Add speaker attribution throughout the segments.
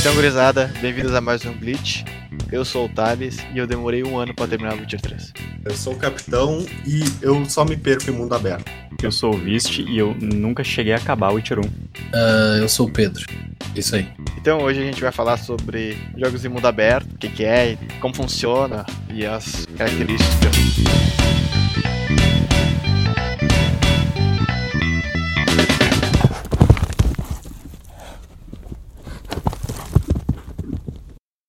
Speaker 1: Então, gurizada, bem-vindos a mais um Glitch. Eu sou o Thales e eu demorei um ano pra terminar o Witcher 3.
Speaker 2: Eu sou o capitão e eu só me perco em mundo aberto.
Speaker 3: Eu sou o Vist e eu nunca cheguei a acabar o Witcher 1.
Speaker 4: Ah, eu sou o Pedro. Isso aí.
Speaker 1: Então hoje a gente vai falar sobre jogos em mundo aberto, o que, que é, como funciona e as características.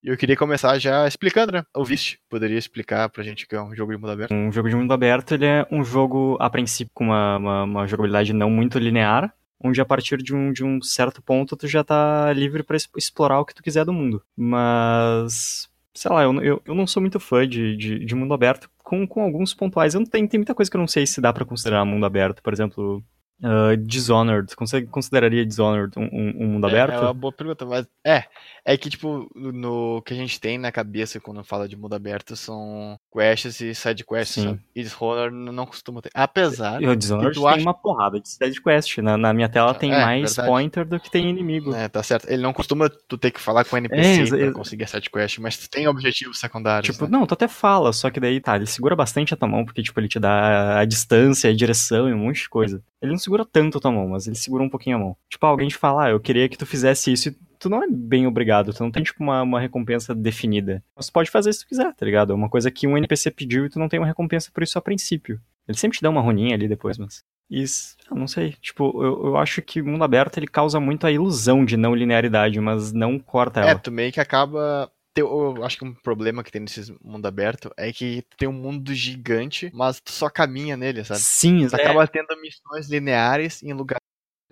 Speaker 1: E eu queria começar já explicando, né? O Vist poderia explicar pra gente o que é um jogo de mundo aberto?
Speaker 3: Um jogo de mundo aberto, ele é um jogo, a princípio, com uma, uma- uma jogabilidade não muito linear, onde a partir de um, de um certo ponto tu já tá livre pra es- explorar o que tu quiser do mundo. Mas, sei lá, eu, n- eu, eu não sou muito fã de, de, de mundo aberto, com, com alguns pontuais. Eu não tenho, tem muita coisa que eu não sei se dá pra considerar mundo aberto, por exemplo... ah, Dishonored, Conse- consideraria Dishonored um, um- um mundo aberto?
Speaker 1: É uma boa pergunta, mas é, é que tipo, no o que a gente tem na cabeça quando fala de mundo aberto são quests e side quests,
Speaker 3: Sim.
Speaker 1: sabe? E Dishonored n- não costuma ter. Apesar,
Speaker 3: O Dishonored
Speaker 1: E tu
Speaker 3: tem
Speaker 1: acha-
Speaker 3: uma porrada de side quest. Na, na minha tela tem
Speaker 1: É,
Speaker 3: mais
Speaker 1: verdade.
Speaker 3: pointer do que tem inimigo.
Speaker 1: né, tá certo, ele não costuma tu ter que falar com
Speaker 3: É,
Speaker 1: NPC
Speaker 3: exa-
Speaker 1: pra
Speaker 3: exa-
Speaker 1: conseguir a side quest, mas tu tem objetivos secundários.
Speaker 3: Tipo,
Speaker 1: né?
Speaker 3: não, tu até fala, só que daí tá, ele segura bastante a tua mão, porque tipo, ele te dá a distância, a direção e um monte de coisa. Ele não segura tanto a tua mão, mas ele segura um pouquinho a mão. Tipo, alguém te fala, ah, eu queria que tu fizesse isso e tu não é bem obrigado, tu não tem tipo uma, uma recompensa definida. Mas tu pode fazer se tu quiser, tá ligado? É uma coisa que um NPC pediu e tu não tem uma recompensa por isso a princípio. Ele sempre te dá uma roninha ali depois, mas. Isso, eu não sei. Tipo, eu, eu acho que o mundo aberto ele causa muito a ilusão de não linearidade, mas não corta ela.
Speaker 1: É, tu meio que acaba. teu- Eu acho que um problema que tem nesse mundo aberto é que tem um mundo gigante, mas tu só caminha nele, sabe?
Speaker 3: Sim,
Speaker 1: Tu
Speaker 3: é,
Speaker 1: acaba tendo missões lineares em lugares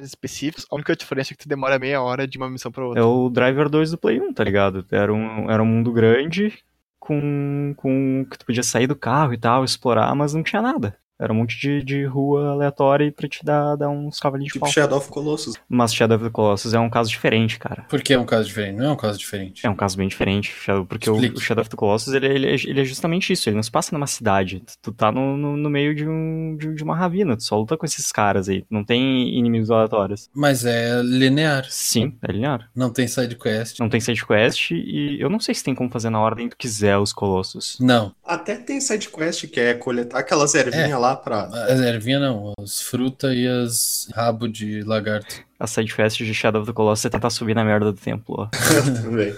Speaker 1: específicos. A única diferença é que tu demora meia hora de uma missão pra outra.
Speaker 3: É o Driver 2 do Play 1, tá ligado? Era um, era um mundo grande com, com que tu podia sair do carro e tal, explorar, mas não tinha nada. Era um monte de, de rua aleatória e pra te dar, dar uns cavalinhos de
Speaker 2: Tipo
Speaker 3: pau.
Speaker 2: Shadow of Colossus.
Speaker 3: Mas Shadow of the Colossus é um caso diferente, cara.
Speaker 4: Por que é um caso diferente? Não é um caso diferente.
Speaker 3: É um caso bem diferente, Shadow- porque o,
Speaker 4: Explique.
Speaker 3: o Shadow of the Colossus, ele, ele, é- ele é justamente isso, ele não se passa numa cidade, tu, tu tá no, no, no meio de, um, de, de uma ravina, tu só luta com esses caras aí, não tem inimigos aleatórios.
Speaker 4: Mas é linear.
Speaker 3: Sim, é linear.
Speaker 4: Não tem side quest.
Speaker 3: Não tem side quest e eu não sei se tem como fazer na ordem que tu quiser os colossos.
Speaker 4: Não.
Speaker 2: Até tem side quest que é coletar aquelas ervinhas
Speaker 4: É.
Speaker 2: lá pra.
Speaker 4: As ervinhas não. As frutas e as rabo de lagarto.
Speaker 3: A side quest de Shadow of the Colossus é tentar subir na merda do templo, ó.
Speaker 2: também.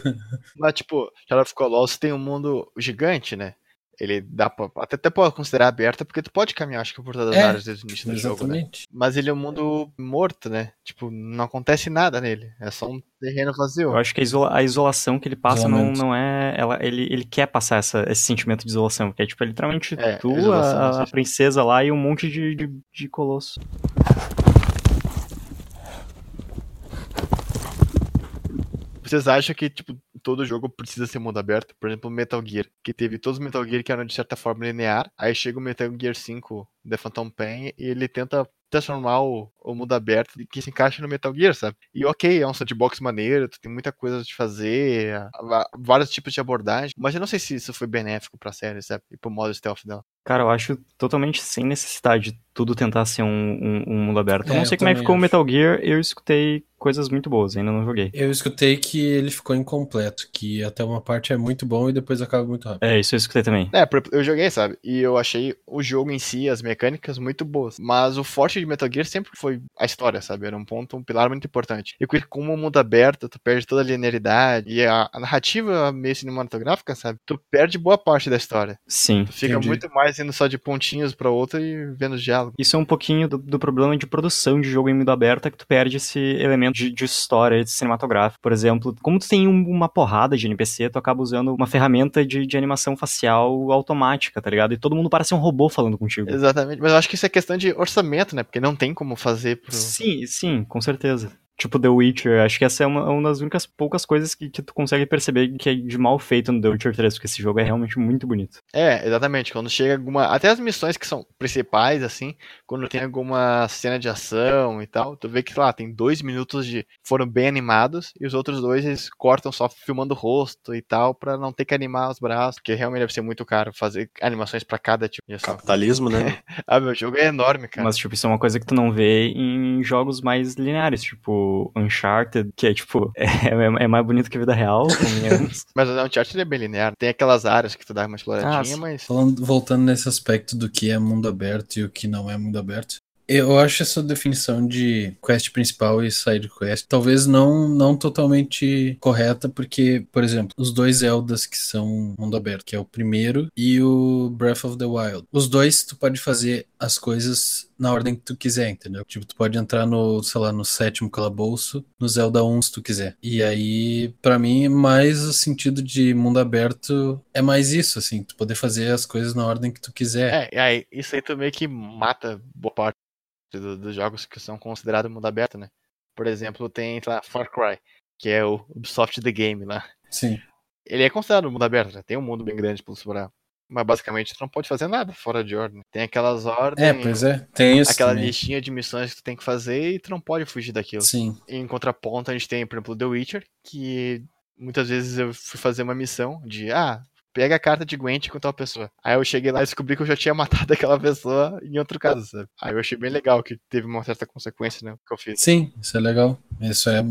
Speaker 1: Mas, tipo, Shadow of the Colossus tem um mundo gigante, né? Ele dá pra, até, até pode considerar aberto, porque tu pode caminhar, acho que por todas as
Speaker 4: É,
Speaker 1: áreas desde o início do jogo, né?
Speaker 4: Exatamente.
Speaker 1: Mas ele é um mundo morto, né? Tipo, não acontece nada nele. É só um terreno
Speaker 3: Eu
Speaker 1: vazio.
Speaker 3: acho que a, isola- a isolação que ele passa não,
Speaker 4: Isolamento.
Speaker 3: não é. Ela, ele, ele quer passar essa- esse sentimento de isolação, porque é tipo, é literalmente
Speaker 1: É,
Speaker 3: tu,
Speaker 1: isolação,
Speaker 3: a- a,
Speaker 1: sim.
Speaker 3: princesa lá e um monte de, de, de colosso.
Speaker 1: Vocês acham que, tipo, todo jogo precisa ser mundo aberto? Por exemplo, Metal Gear, que teve todos os Metal Gear que eram de certa forma linear. Aí chega o Metal Gear 5 The Phantom Pain e ele tenta transformar o, o mundo aberto que se encaixa no Metal Gear, sabe? E ok, é um sandbox maneiro, tu tem muita coisa de fazer, a- a- vários tipos de abordagem, mas eu não sei se isso foi benéfico pra série, sabe? E pro modo stealth dela.
Speaker 3: Cara, eu acho totalmente sem necessidade de tudo tentar ser um, um- um mundo aberto. Eu
Speaker 4: É,
Speaker 3: não
Speaker 4: eu
Speaker 3: sei como é que
Speaker 4: também
Speaker 3: ficou o
Speaker 4: acho.
Speaker 3: Metal Gear, eu escutei coisas muito boas, ainda não joguei.
Speaker 4: Eu escutei que ele ficou incompleto, que até uma parte é muito bom e depois acaba muito rápido.
Speaker 3: É, isso eu escutei também.
Speaker 1: É, por exemplo, eu joguei, sabe? E eu achei o jogo em si, as mecânicas, muito boas. Mas o forte de Metal Gear sempre foi a história, sabe? Era um ponto, um pilar muito importante. E com- como o mundo aberto, tu perde toda a linearidade e a, a narrativa meio cinematográfica, sabe? Tu perde boa parte da história.
Speaker 3: Sim.
Speaker 1: Tu fica
Speaker 4: Entendi.
Speaker 1: muito mais indo só de pontinhos pra outra e vendo os diálogos.
Speaker 3: Isso é um pouquinho do, do problema de produção de jogo em mundo aberto, é que tu perde esse elemento de, de história, de cinematográfico. Por exemplo, como tu tem um- uma porrada de NPC, tu acaba usando uma ferramenta de, de animação facial automática, tá ligado? E todo mundo parece um robô falando contigo.
Speaker 1: Exatamente. Mas eu acho que isso é questão de orçamento, né? Porque não tem como fazer pro.
Speaker 3: Sim, sim, com certeza. Tipo The Witcher, acho que essa é uma, uma das únicas poucas coisas que, que tu consegue perceber que é de mal feito no The Witcher 3, porque esse jogo é realmente muito bonito.
Speaker 1: É, exatamente. Quando chega alguma. Até as missões que são principais, assim, quando tem alguma cena de ação e tal, tu vê que, sei lá, tem dois minutos de. foram bem animados, e os outros dois eles cortam só filmando o rosto e tal, pra não ter que animar os braços, porque realmente deve ser muito caro fazer animações pra cada tipo de ação.
Speaker 2: Capitalismo, né?
Speaker 1: Ah, meu jogo é enorme, cara.
Speaker 3: Mas, tipo, isso é uma coisa que tu não vê em jogos mais lineares, tipo o Uncharted, que é tipo, é, é mais bonito que a vida real, é convenhamos.
Speaker 1: Mas o Uncharted é bem linear. Tem aquelas áreas que tu dá uma
Speaker 3: sim.
Speaker 1: exploradinha, mas.
Speaker 4: Falando, voltando nesse aspecto do que é mundo aberto e o que não é mundo aberto, eu acho essa definição de quest principal e side quest talvez não, não totalmente correta, porque, por exemplo, os dois Eldas que são mundo aberto, que é o primeiro e o Breath of the Wild. Os dois tu pode fazer as coisas na ordem que tu quiser, entendeu? Tipo, tu pode entrar no, sei lá, no sétimo calabouço, no Zelda 1 se tu quiser. E aí, pra mim, mais o sentido de mundo aberto é mais isso, assim, tu poder fazer as coisas na ordem que tu
Speaker 1: É,
Speaker 4: quiser.
Speaker 1: e aí, isso aí também que mata boa parte do- dos jogos que são considerados mundo aberto, né? Por exemplo, tem sei lá Far Cry, que é o Ubisoft The Game lá.
Speaker 4: Sim.
Speaker 1: Ele é considerado mundo aberto, né? Tem um mundo bem grande pra explorar. Mas basicamente tu não pode fazer nada fora de ordem. Tem aquelas ordens,
Speaker 4: É, pois é, tem isso
Speaker 1: aquela
Speaker 4: também.
Speaker 1: listinha de missões que tu tem que fazer e tu não pode fugir daquilo.
Speaker 4: Sim,
Speaker 1: Em contraponto, a gente tem, por exemplo, The Witcher, que muitas vezes eu fui fazer uma missão de, ah, pega a carta de Gwent com tal pessoa. Aí eu cheguei lá e descobri que eu já tinha matado aquela pessoa em outro caso, sabe? Aí eu achei bem legal que teve uma certa consequência, né, que eu fiz.
Speaker 4: sim, isso é legal. Isso é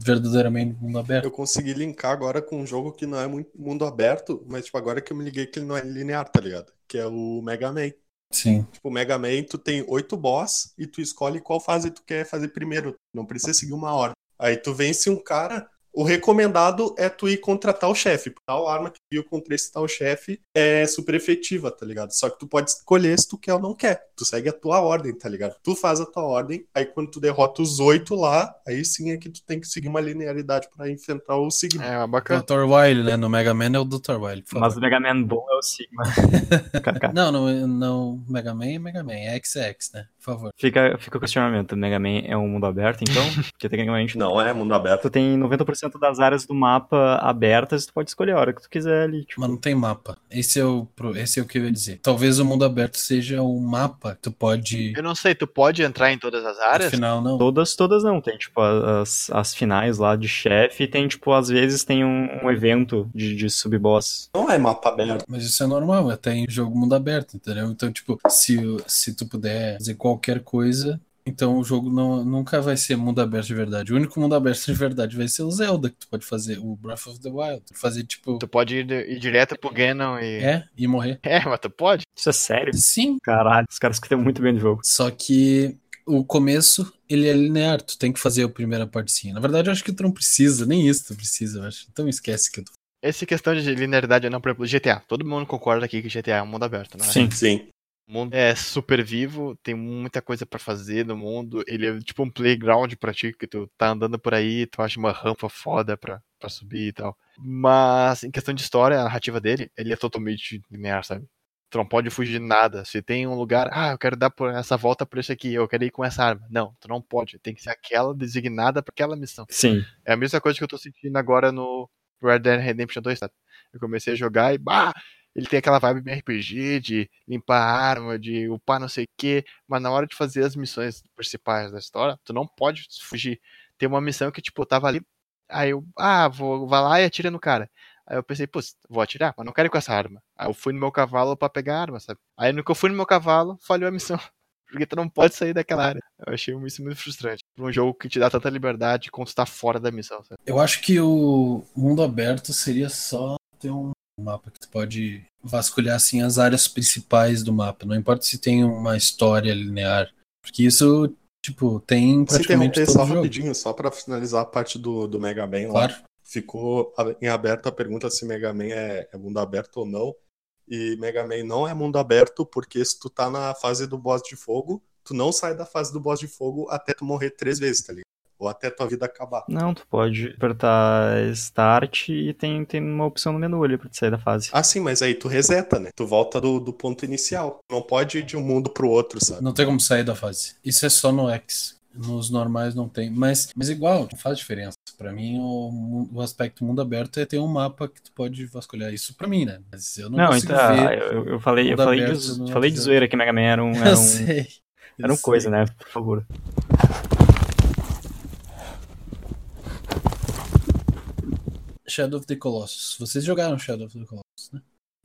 Speaker 4: verdadeiramente mundo aberto.
Speaker 2: Eu consegui linkar agora com um jogo que não é muito mundo aberto, mas tipo, agora que eu me liguei que ele não é linear, tá ligado? Que é o Mega Man.
Speaker 4: Sim,
Speaker 2: Tipo, o Mega Man, tu tem oito boss e tu escolhe qual fase tu quer fazer primeiro. Não precisa seguir uma ordem. Aí tu vence um cara. O recomendado é tu ir contra tal chefe. Tal arma que tu viu contra esse tal chefe é super efetiva, tá ligado? Só que tu pode escolher se tu quer ou não quer. Tu segue a tua ordem, tá ligado? Tu faz a tua ordem, aí quando tu derrota os oito lá, aí sim é que tu tem que seguir uma linearidade pra enfrentar o seguinte.
Speaker 1: É, mas bacana.
Speaker 4: Dr. Wily, né? No Mega Man é o Dr. Wily. por favor.
Speaker 3: Mas é. o Mega Man bom é o Sigma. Kaká.
Speaker 4: Não, não, não, Mega Man é Mega Man, é XX, né? Por favor.
Speaker 3: Fica, fica o questionamento, Mega Man é um mundo aberto, então? Porque tecnicamente
Speaker 2: Não é mundo aberto.
Speaker 3: tu tem 90% das áreas do mapa abertas, tu pode escolher a hora que tu quiser ali, tipo.
Speaker 4: Mas não tem mapa. Esse é o, pro- esse é o que eu ia dizer. Talvez o mundo aberto seja o mapa que tu pode.
Speaker 1: Eu não sei, tu pode entrar em todas as
Speaker 4: No
Speaker 1: áreas?
Speaker 4: final, não.
Speaker 3: Todas, todas não. Tem, tipo, as, as finais lá de chefe. Tem, tipo, às vezes tem um, um evento de, de sub-boss.
Speaker 2: Não é mapa aberto.
Speaker 4: Mas isso é normal, até em jogo mundo aberto, entendeu? Então, tipo, se, o- se tu puder fazer qualquer coisa, então o jogo não, nunca vai ser mundo aberto de verdade. O único mundo aberto de verdade vai ser o Zelda, que tu pode fazer, o Breath of the Wild. Fazer, tipo,
Speaker 1: Tu pode ir, ir direto pro Ganon e...
Speaker 4: é, e morrer.
Speaker 1: É, mas tu pode?
Speaker 3: Isso é sério?
Speaker 4: Sim,
Speaker 3: Caralho, os caras escutam muito bem do jogo.
Speaker 4: Só que o começo, ele é linear, tu tem que fazer a primeira partezinha. Na verdade, eu acho que tu não precisa, nem isso tu precisa, eu acho. Então esquece que eu tô
Speaker 1: Essa questão de linearidade, não, por exemplo, GTA. Todo mundo concorda aqui que GTA é um mundo aberto, né?
Speaker 3: Sim.
Speaker 2: Sim.
Speaker 1: O mundo é super vivo, tem muita coisa pra fazer no mundo. Ele é tipo um playground pra ti, que tu tá andando por aí, tu acha uma rampa foda pra, pra subir e tal. Mas em questão de história, a narrativa dele, ele é totalmente linear, sabe? Tu não pode fugir de nada. Se tem um lugar, ah, eu quero dar por essa volta por esse aqui, eu quero ir com essa arma. Não, tu não pode. Tem que ser aquela designada pra aquela missão.
Speaker 3: Sim.
Speaker 1: É a mesma coisa que eu tô sentindo agora no Red Dead Redemption 2, sabe? Eu comecei a jogar e, bah, ele tem aquela vibe bem RPG, de limpar a arma, de upar não sei o quê, mas na hora de fazer as missões principais da história, tu não pode fugir. Tem uma missão que, tipo, eu tava ali, aí eu, ah, vou, vai lá e atira no cara. Aí eu pensei, putz, vou atirar, mas não quero ir com essa arma. Aí eu fui no meu cavalo pra pegar a arma, sabe? Aí no que eu fui no meu cavalo, falhou a missão. Porque tu não pode sair daquela área. Eu achei isso muito frustrante. Pra um jogo que te dá tanta liberdade quando tu tá fora da missão, sabe?
Speaker 4: Eu acho que o mundo aberto seria só ter um mapa que tu pode vasculhar assim as áreas principais do mapa, não importa se tem uma história linear, porque isso tipo tem em
Speaker 2: Se
Speaker 4: praticamente
Speaker 2: interromper
Speaker 4: todo
Speaker 2: só
Speaker 4: jogo.
Speaker 2: rapidinho, né? só pra finalizar a parte do, do Mega Man lá.
Speaker 4: Claro.
Speaker 2: Ficou a- em aberto a pergunta se Mega Man é, é mundo aberto ou não. E Mega Man não é mundo aberto porque se tu tá na fase do boss de fogo, tu não sai da fase do boss de fogo até tu morrer três vezes, tá ligado? Ou até tua vida acabar.
Speaker 3: Não, tu pode apertar Start e tem, tem uma opção no menu ali pra te sair da fase.
Speaker 2: Ah, sim, mas aí tu reseta, né? Tu volta do, do ponto inicial. Não pode ir de um mundo pro outro, sabe?
Speaker 4: Não tem como sair da fase. Isso é só no X. Nos normais não tem. Mas, mas igual, não faz diferença. Pra mim, o, mu- o aspecto mundo aberto é ter um mapa que tu pode vasculhar. Isso pra mim, né? Mas eu não,
Speaker 3: Não,
Speaker 4: consigo
Speaker 3: então, ah,
Speaker 4: ver.
Speaker 3: eu, eu falei, eu
Speaker 4: mundo
Speaker 3: falei, de,
Speaker 4: aberto
Speaker 3: zo-
Speaker 4: no
Speaker 3: falei de
Speaker 4: jogo.
Speaker 3: zoeira que Mega Man era um,
Speaker 4: Eu
Speaker 3: era um,
Speaker 4: sei. eu
Speaker 3: era um
Speaker 4: sei.
Speaker 3: coisa, né? Por favor.
Speaker 4: Shadow of the Colossus. Vocês jogaram Shadow of the Colossus, né?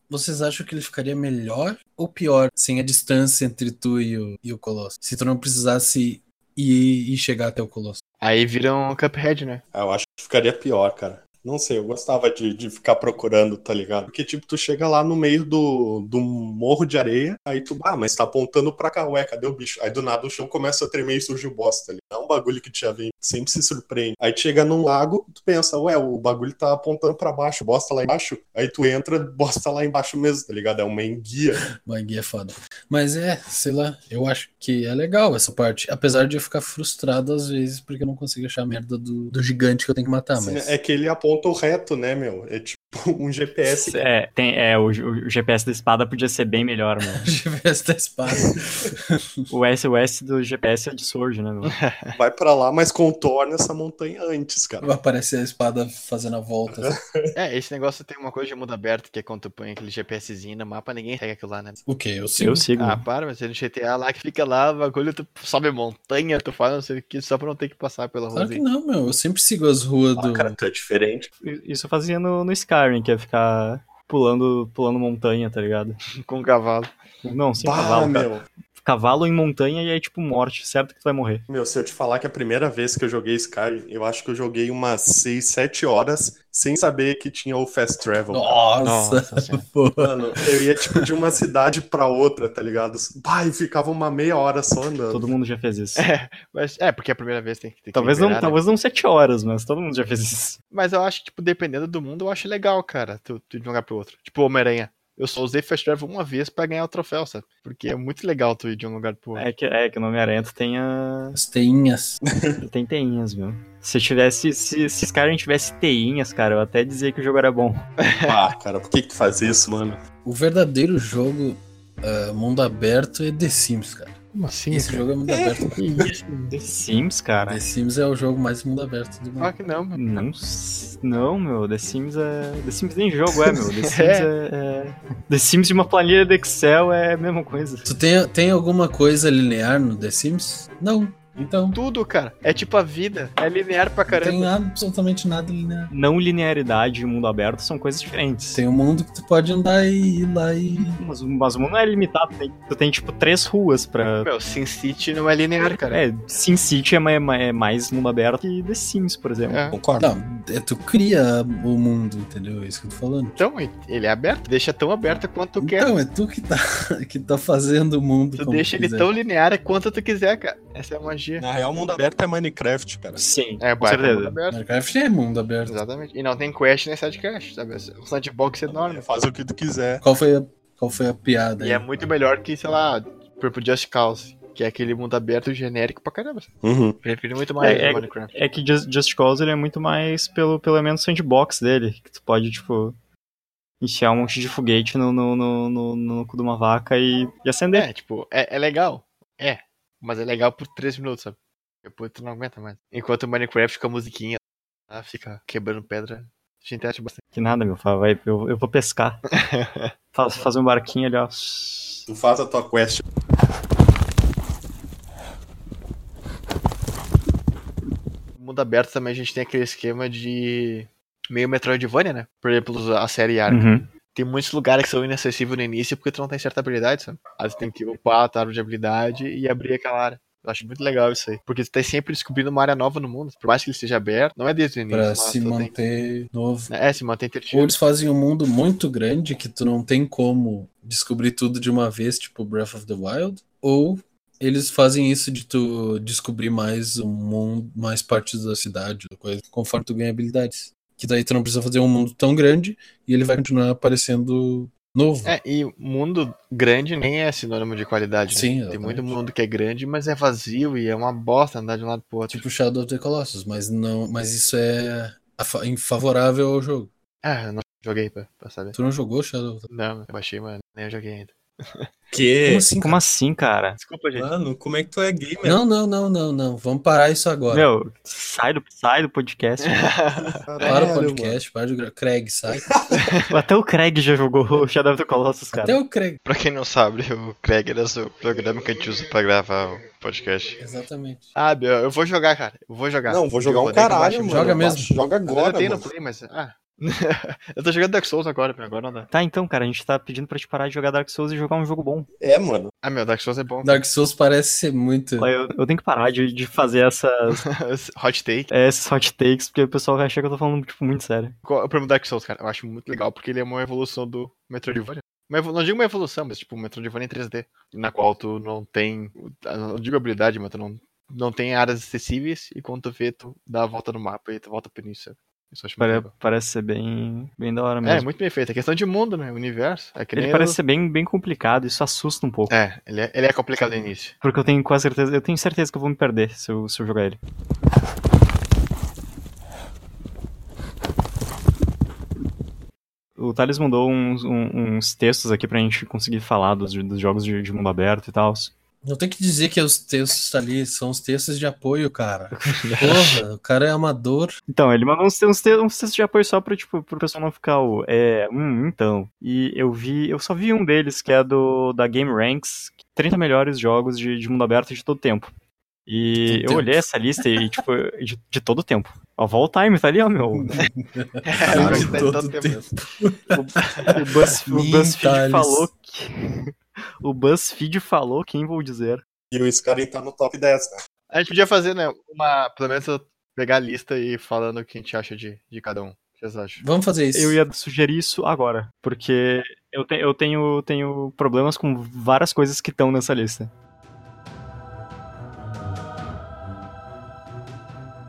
Speaker 4: Vocês acham que ele ficaria melhor ou pior sem a distância entre tu e o, e o Colossus? Se tu não precisasse ir e chegar até o Colossus.
Speaker 1: Aí viram um Cuphead, né?
Speaker 2: Ah, Eu acho que ficaria pior, cara. Não sei, eu gostava de, de ficar procurando, tá ligado? Porque, tipo, tu chega lá no meio do, do morro de areia, aí tu, ah, mas tá apontando pra cá, ué, cadê o bicho? Aí do nada o chão começa a tremer e surge o boss, tá ligado? É um bagulho que tu já vem, sempre se surpreende. Aí tu chega num lago, tu pensa, ué, o bagulho tá apontando pra baixo, o boss tá lá embaixo. Aí tu entra, o boss tá lá embaixo mesmo, tá ligado? É uma enguia.
Speaker 4: Bagui é foda. Mas é, sei lá, eu acho que é legal essa parte. Apesar de eu ficar frustrado às vezes porque eu não consigo achar a merda do, do gigante que eu tenho que matar,
Speaker 2: Assim,
Speaker 4: Ah, mas.
Speaker 2: É que ele aponta o reto, né, meu? É tipo um GPS.
Speaker 3: É, tem, é o, o GPS da espada podia ser bem melhor, mano.
Speaker 4: GPS da espada.
Speaker 3: O SOS do GPS é de Sword, né, mano?
Speaker 2: Vai pra lá, mas contorna essa montanha antes, cara.
Speaker 4: Aparece a espada fazendo a volta. assim.
Speaker 1: É, esse negócio tem uma coisa de mundo aberto que é quando tu põe aquele GPSzinho no mapa, ninguém segue aquilo lá, né?
Speaker 4: O que? Eu sigo.
Speaker 3: Eu sigo.
Speaker 1: Ah, para, mas tem no GTA lá que fica lá, o bagulho, tu sobe montanha, tu faz não sei o que, só pra não ter que passar pela
Speaker 4: Claro que
Speaker 1: ruazinha.
Speaker 4: não, meu. Eu sempre sigo as ruas do.
Speaker 2: tu é diferente.
Speaker 3: Isso eu fazia no, no Skyrim, que é ficar pulando, pulando montanha, tá ligado?
Speaker 1: assim, Com o cavalo.
Speaker 3: Não, sem
Speaker 2: Bah,
Speaker 3: cavalo, cara.
Speaker 2: meu.
Speaker 3: Cavalo em montanha e aí, tipo, morte. Certo que tu vai morrer.
Speaker 2: Meu, se eu te falar que a primeira vez que eu joguei Skyrim, eu acho que eu joguei umas 6, 7 horas sem saber que tinha o Fast Travel.
Speaker 4: Nossa,
Speaker 1: Senhora.
Speaker 4: pô.
Speaker 2: Mano, eu ia tipo de uma cidade pra outra, tá ligado? Bah, e ficava uma meia hora só andando.
Speaker 3: Todo mundo já fez isso.
Speaker 1: Mas, é, porque é a primeira vez tem que ter
Speaker 3: Talvez
Speaker 1: que
Speaker 3: não,
Speaker 1: liberar, né?
Speaker 3: talvez não sete horas, mas todo mundo já fez isso.
Speaker 1: Mas eu acho que, tipo, dependendo do mundo, eu acho legal, cara, tu, tu de um lugar pro outro. Tipo, Homem-Aranha. Eu só usei Fast Travel uma vez pra ganhar o troféu, sabe? Porque é muito legal tu ir de um lugar pro outro.
Speaker 3: É que, é que no Homem-Aranha tu tem a...
Speaker 4: As teinhas.
Speaker 3: tu Tem teinhas, meu. Se tivesse... Se, se Skyrim tivesse teinhas, cara, eu até dizia que o jogo era bom.
Speaker 2: Ah, cara, por que que tu faz isso, mano?
Speaker 4: O verdadeiro jogo ah, mundo aberto é The Sims, cara.
Speaker 1: Como assim?
Speaker 4: Esse jogo é mundo aberto.
Speaker 3: The Sims, cara.
Speaker 4: The Sims é o jogo mais mundo aberto do
Speaker 1: Claro
Speaker 4: mundo.
Speaker 1: que não, mano.
Speaker 3: Não, s- não, meu, The Sims é. The Sims nem jogo é, meu. The Sims é. é- The Sims de uma planilha de Excel é a mesma coisa.
Speaker 4: Tu tem, tem alguma coisa linear no The Sims? Não. Então,
Speaker 1: Tudo, cara. É tipo a vida. É linear pra
Speaker 4: não tem
Speaker 1: caramba.
Speaker 4: nada- absolutamente nada linear.
Speaker 3: Não linearidade e mundo aberto são coisas diferentes.
Speaker 4: Tem um mundo que tu pode andar e ir lá e.
Speaker 3: Mas, o- mas o mundo não é limitado, tem- tu tem tipo três ruas pra.
Speaker 1: Meu, Sin City não é linear, cara.
Speaker 3: É, Sim City é, ma- é ma- é mais mundo aberto que The Sims, por exemplo.
Speaker 1: É.
Speaker 2: Concordo.
Speaker 4: Não, é, tu cria o mundo, entendeu? É isso que eu tô falando.
Speaker 1: Então, ele é aberto. Deixa tão aberto quanto tu quer.
Speaker 4: Então, é tu que tá, que tá fazendo o mundo.
Speaker 1: Tu
Speaker 4: como
Speaker 1: deixa ele
Speaker 4: quiser.
Speaker 1: tão linear é quanto tu quiser, cara. Essa é a magia.
Speaker 2: Na real, o mundo aberto é Minecraft, cara.
Speaker 3: Sim,
Speaker 1: É,
Speaker 3: com
Speaker 1: baita mundo
Speaker 3: certeza.
Speaker 1: aberto.
Speaker 4: Minecraft é mundo aberto.
Speaker 1: Exatamente. E não tem quest nem side quest, sabe? Um sandbox enorme.
Speaker 2: Faz o que tu quiser.
Speaker 4: Qual foi a, qual foi a piada?
Speaker 1: E
Speaker 4: aí?
Speaker 1: é muito melhor que, sei lá, Purple Just Cause, que é aquele mundo aberto genérico pra caramba.
Speaker 2: Uhum.
Speaker 1: Prefiro muito mais
Speaker 3: É, é-
Speaker 1: Minecraft.
Speaker 3: É que Just, Just Cause ele é muito mais pelo, pelo elemento sandbox dele, que tu pode, tipo, enfiar um monte de foguete no, no, no, no, no cu de uma vaca e, e acender.
Speaker 4: né?
Speaker 1: É, tipo, é, é legal. É. Mas é legal por 3 minutos, sabe? Depois tu não aguenta mais. Enquanto o Minecraft com a musiquinha, tá? fica quebrando pedra. A gente acha bastante.
Speaker 3: Que nada, meu, fala, vai, eu, eu vou pescar. Faz, fazer um barquinho ali, ó.
Speaker 2: Tu faz a tua quest.
Speaker 1: No mundo aberto também a gente tem aquele esquema de meio Metroidvania, né? Por exemplo, a série Ark.
Speaker 3: Uhum.
Speaker 1: Tem muitos lugares que são inacessíveis no início porque tu não tem certa habilidade, sabe? Aí tu tem que upar a tua árvore de habilidade e abrir aquela área. Eu acho muito legal isso aí. Porque tu tá sempre descobrindo uma área nova no mundo. Por mais que ele seja aberto, não é desde o início.
Speaker 4: Pra
Speaker 1: mas
Speaker 4: se
Speaker 1: tu tem-
Speaker 4: manter novo.
Speaker 1: É, se mantém
Speaker 4: Ou
Speaker 1: entretido.
Speaker 4: eles fazem um mundo muito grande que tu não tem como descobrir tudo de uma vez, tipo Breath of the Wild, ou eles fazem isso de tu descobrir mais um mundo, mais partes da cidade, ou coisa, conforme tu ganha habilidades. Que daí tu não precisa fazer um mundo tão grande e ele vai continuar aparecendo novo.
Speaker 1: É, e mundo grande nem é sinônimo de qualidade. né?
Speaker 4: Sim,
Speaker 1: Tem
Speaker 4: exatamente.
Speaker 1: muito mundo que é grande, mas é vazio e é uma bosta andar de um lado pro outro.
Speaker 4: Tipo Shadow of the Colossus, mas não, mas isso é afa- infavorável ao jogo.
Speaker 1: Ah, eu não joguei pra, pra saber.
Speaker 4: Tu não jogou Shadow of the
Speaker 1: Não, eu baixei, mas nem eu joguei ainda.
Speaker 2: Que?
Speaker 4: Como assim,
Speaker 3: Como assim, cara?
Speaker 1: Desculpa, gente.
Speaker 2: Mano, como é que tu é gamer?
Speaker 4: Não, não, não, não, não. Vamos parar isso agora.
Speaker 3: Meu, sai do, sai do podcast. meu.
Speaker 4: para
Speaker 2: Caralho,
Speaker 3: É,
Speaker 4: o podcast, para de gra- Craig, sai.
Speaker 3: Até o Craig já jogou o Shadow of the Colossus, cara.
Speaker 4: Até o Craig.
Speaker 5: Pra quem não sabe, o Craig era o programa que a gente usa pra gravar o podcast.
Speaker 4: Exatamente.
Speaker 1: Ah, Biel, eu vou jogar, cara. Eu vou jogar.
Speaker 2: Não, vou
Speaker 1: Eu
Speaker 2: jogar um
Speaker 1: odeio que
Speaker 2: caralho,
Speaker 1: baixe
Speaker 2: mano.
Speaker 1: o
Speaker 4: Joga mesmo.
Speaker 2: Joga
Speaker 1: Agora
Speaker 2: agora,
Speaker 1: tem no
Speaker 2: mano.
Speaker 1: Play, mas. Ah, Eu tô jogando Dark Souls agora, meu, agora não dá.
Speaker 3: Tá, então, cara, a gente tá pedindo pra te parar de jogar Dark Souls e jogar um jogo bom.
Speaker 2: É, mano.
Speaker 1: Ah, meu, Dark Souls é bom.
Speaker 4: Dark Souls parece ser muito.
Speaker 3: Olha, Eu, eu tenho que parar de, de fazer essas,
Speaker 1: Hot take.
Speaker 3: essas É hot takes, porque o pessoal vai achar que eu tô falando, tipo, muito sério.
Speaker 1: Qual é o problema do Dark Souls, cara? Eu acho muito legal, porque ele é uma evolução do Metroidvania. Uma evolu- Não digo uma evolução, mas tipo, o Metroidvania em 3D, na qual tu não tem. ah, Não digo habilidade, mas tu não, não tem áreas acessíveis, e quando tu vê, tu dá a volta no mapa e tu volta pro início. sabe? Isso eu acho muito
Speaker 3: Pare-
Speaker 1: legal.
Speaker 3: Parece ser bem, bem da hora
Speaker 1: É,
Speaker 3: mesmo.
Speaker 1: muito bem feito. É questão de mundo, né? Universo. É que nem o-
Speaker 3: ele parece ser bem, bem complicado, isso assusta um pouco.
Speaker 1: É, ele é, ele é complicado no início.
Speaker 3: Porque eu tenho quase certeza, eu tenho certeza que eu vou me perder se eu, se eu jogar ele. O Thales mandou uns, um- uns textos aqui pra gente conseguir falar dos, dos jogos de, de mundo aberto e tal.
Speaker 4: Não tem que dizer que os textos ali são os textos de apoio, cara. Porra, o cara é amador.
Speaker 3: Então, ele mandou uns, te- uns, te- uns textos de apoio só pra, tipo, pro pessoal não ficar o. É, hum, então. E eu vi. Eu só vi um deles, que é do da Game Ranks, 30 melhores jogos de, de mundo aberto de todo tempo. E
Speaker 4: Todo
Speaker 3: eu
Speaker 4: tempo.
Speaker 3: olhei essa lista e, tipo, de, de todo tempo. Of all time, tá ali, ó, meu.
Speaker 1: Cara,
Speaker 4: de
Speaker 1: isso daí
Speaker 4: todo
Speaker 1: tá todo tempo.
Speaker 4: tempo.
Speaker 3: O, Buzz, o
Speaker 4: Sim,
Speaker 3: BuzzFeed
Speaker 4: Thales.
Speaker 3: falou que. O BuzzFeed falou quem vou dizer.
Speaker 2: E o Skyrim tá no top 10, cara.
Speaker 1: A gente podia fazer, né? Uma. Pelo menos eu pegar a lista e ir falando o que a gente acha de, de cada um. O que vocês acham?
Speaker 4: Vamos fazer isso.
Speaker 3: Eu ia sugerir isso agora, porque eu, te- eu tenho, tenho problemas com várias coisas que estão nessa lista.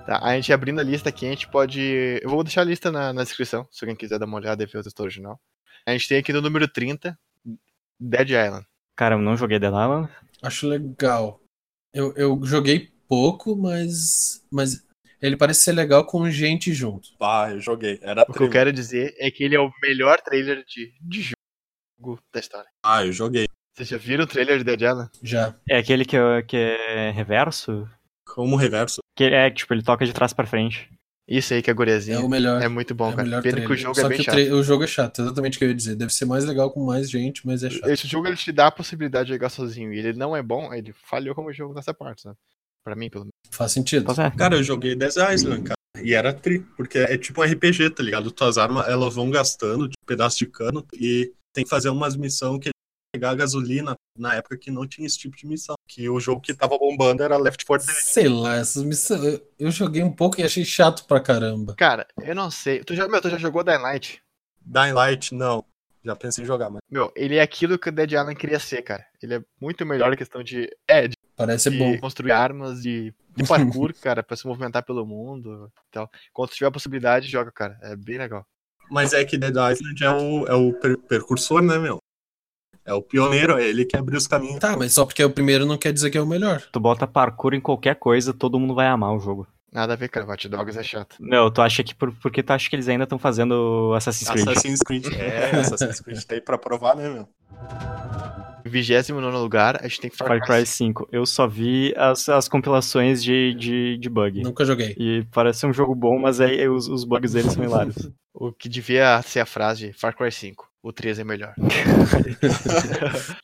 Speaker 1: Tá, a gente abrindo a lista aqui, a gente pode. Eu vou deixar a lista na, na descrição, se alguém quiser dar uma olhada e ver o texto original. A gente tem aqui no número 30, Dead Island.
Speaker 3: Cara, eu não joguei Dead Island.
Speaker 4: Acho legal. Eu, eu joguei pouco, mas, mas ele parece ser legal com gente junto.
Speaker 2: Ah, eu joguei. Era
Speaker 1: O que eu
Speaker 2: primo.
Speaker 1: quero dizer é que ele é o melhor trailer de, de jogo da história.
Speaker 2: Ah, eu joguei.
Speaker 1: Vocês já viram o trailer de Dead Island?
Speaker 4: Já.
Speaker 3: É aquele que, é- que é reverso?
Speaker 2: Como reverso.
Speaker 3: Que é, tipo, ele toca de trás pra frente.
Speaker 1: Isso aí que é
Speaker 4: É
Speaker 1: gurezinha.
Speaker 4: o melhor.
Speaker 1: É, muito
Speaker 4: é
Speaker 1: bom,
Speaker 4: o
Speaker 1: cara.
Speaker 4: melhor
Speaker 1: Pena que o
Speaker 4: trailer.
Speaker 1: jogo
Speaker 4: Só
Speaker 1: é bem
Speaker 4: que o,
Speaker 1: chato.
Speaker 4: tra- o jogo é chato, exatamente o que eu ia dizer. Deve ser mais legal com mais gente, mas é chato.
Speaker 1: Esse jogo ele te dá a possibilidade de jogar sozinho. E ele não é bom, ele falhou como jogo nessa parte, sabe? Pra mim, pelo menos.
Speaker 4: Faz sentido.
Speaker 3: Pois é.
Speaker 2: Cara, eu joguei Dead Island, cara. E era tri, porque é tipo um RPG, tá ligado? Tuas armas, elas vão gastando de pedaço de cano e tem que fazer umas missões que é pegar gasolina na época que não tinha esse tipo de missão. Que o jogo que tava bombando era Left 4 Dead.
Speaker 4: Sei lá, essas missões. eu- Eu joguei um pouco e achei chato pra caramba.
Speaker 1: Cara, eu não sei. Tu já, meu, tu já jogou Dying Light?
Speaker 2: Dying Light, não. Já pensei em jogar, mas...
Speaker 1: Meu, ele é aquilo que o Dead Island queria ser, cara. Ele é muito melhor em questão de. É, de,
Speaker 4: Parece bom.
Speaker 1: construir armas, de, de parkour, cara, pra se movimentar pelo mundo e tal. Quando tiver a possibilidade, joga, cara. É bem legal.
Speaker 2: Mas é que Dead Island é o, é o per- percursor, né, meu? É o pioneiro, é ele que abriu os caminhos.
Speaker 4: Tá, mas só porque é o primeiro não quer dizer que é o melhor.
Speaker 3: Tu bota parkour em qualquer coisa, todo mundo vai amar o jogo.
Speaker 1: Nada a ver, cara. Watch Dogs é chato.
Speaker 3: Não, tu acha que. Por, porque tu acha que eles ainda estão fazendo Assassin's Creed?
Speaker 2: Assassin's Creed. É, Assassin's Creed tá aí pra provar, né, meu?
Speaker 1: 29 lugar, a gente tem Far
Speaker 3: Far
Speaker 1: Cry.
Speaker 3: Cry 5. Eu só vi as, as compilações de, de, de bug.
Speaker 4: Nunca joguei.
Speaker 3: E parece um jogo bom, mas aí os, os bugs dele são hilários.
Speaker 1: O que devia ser a frase Far Cry 5. O 3 é melhor.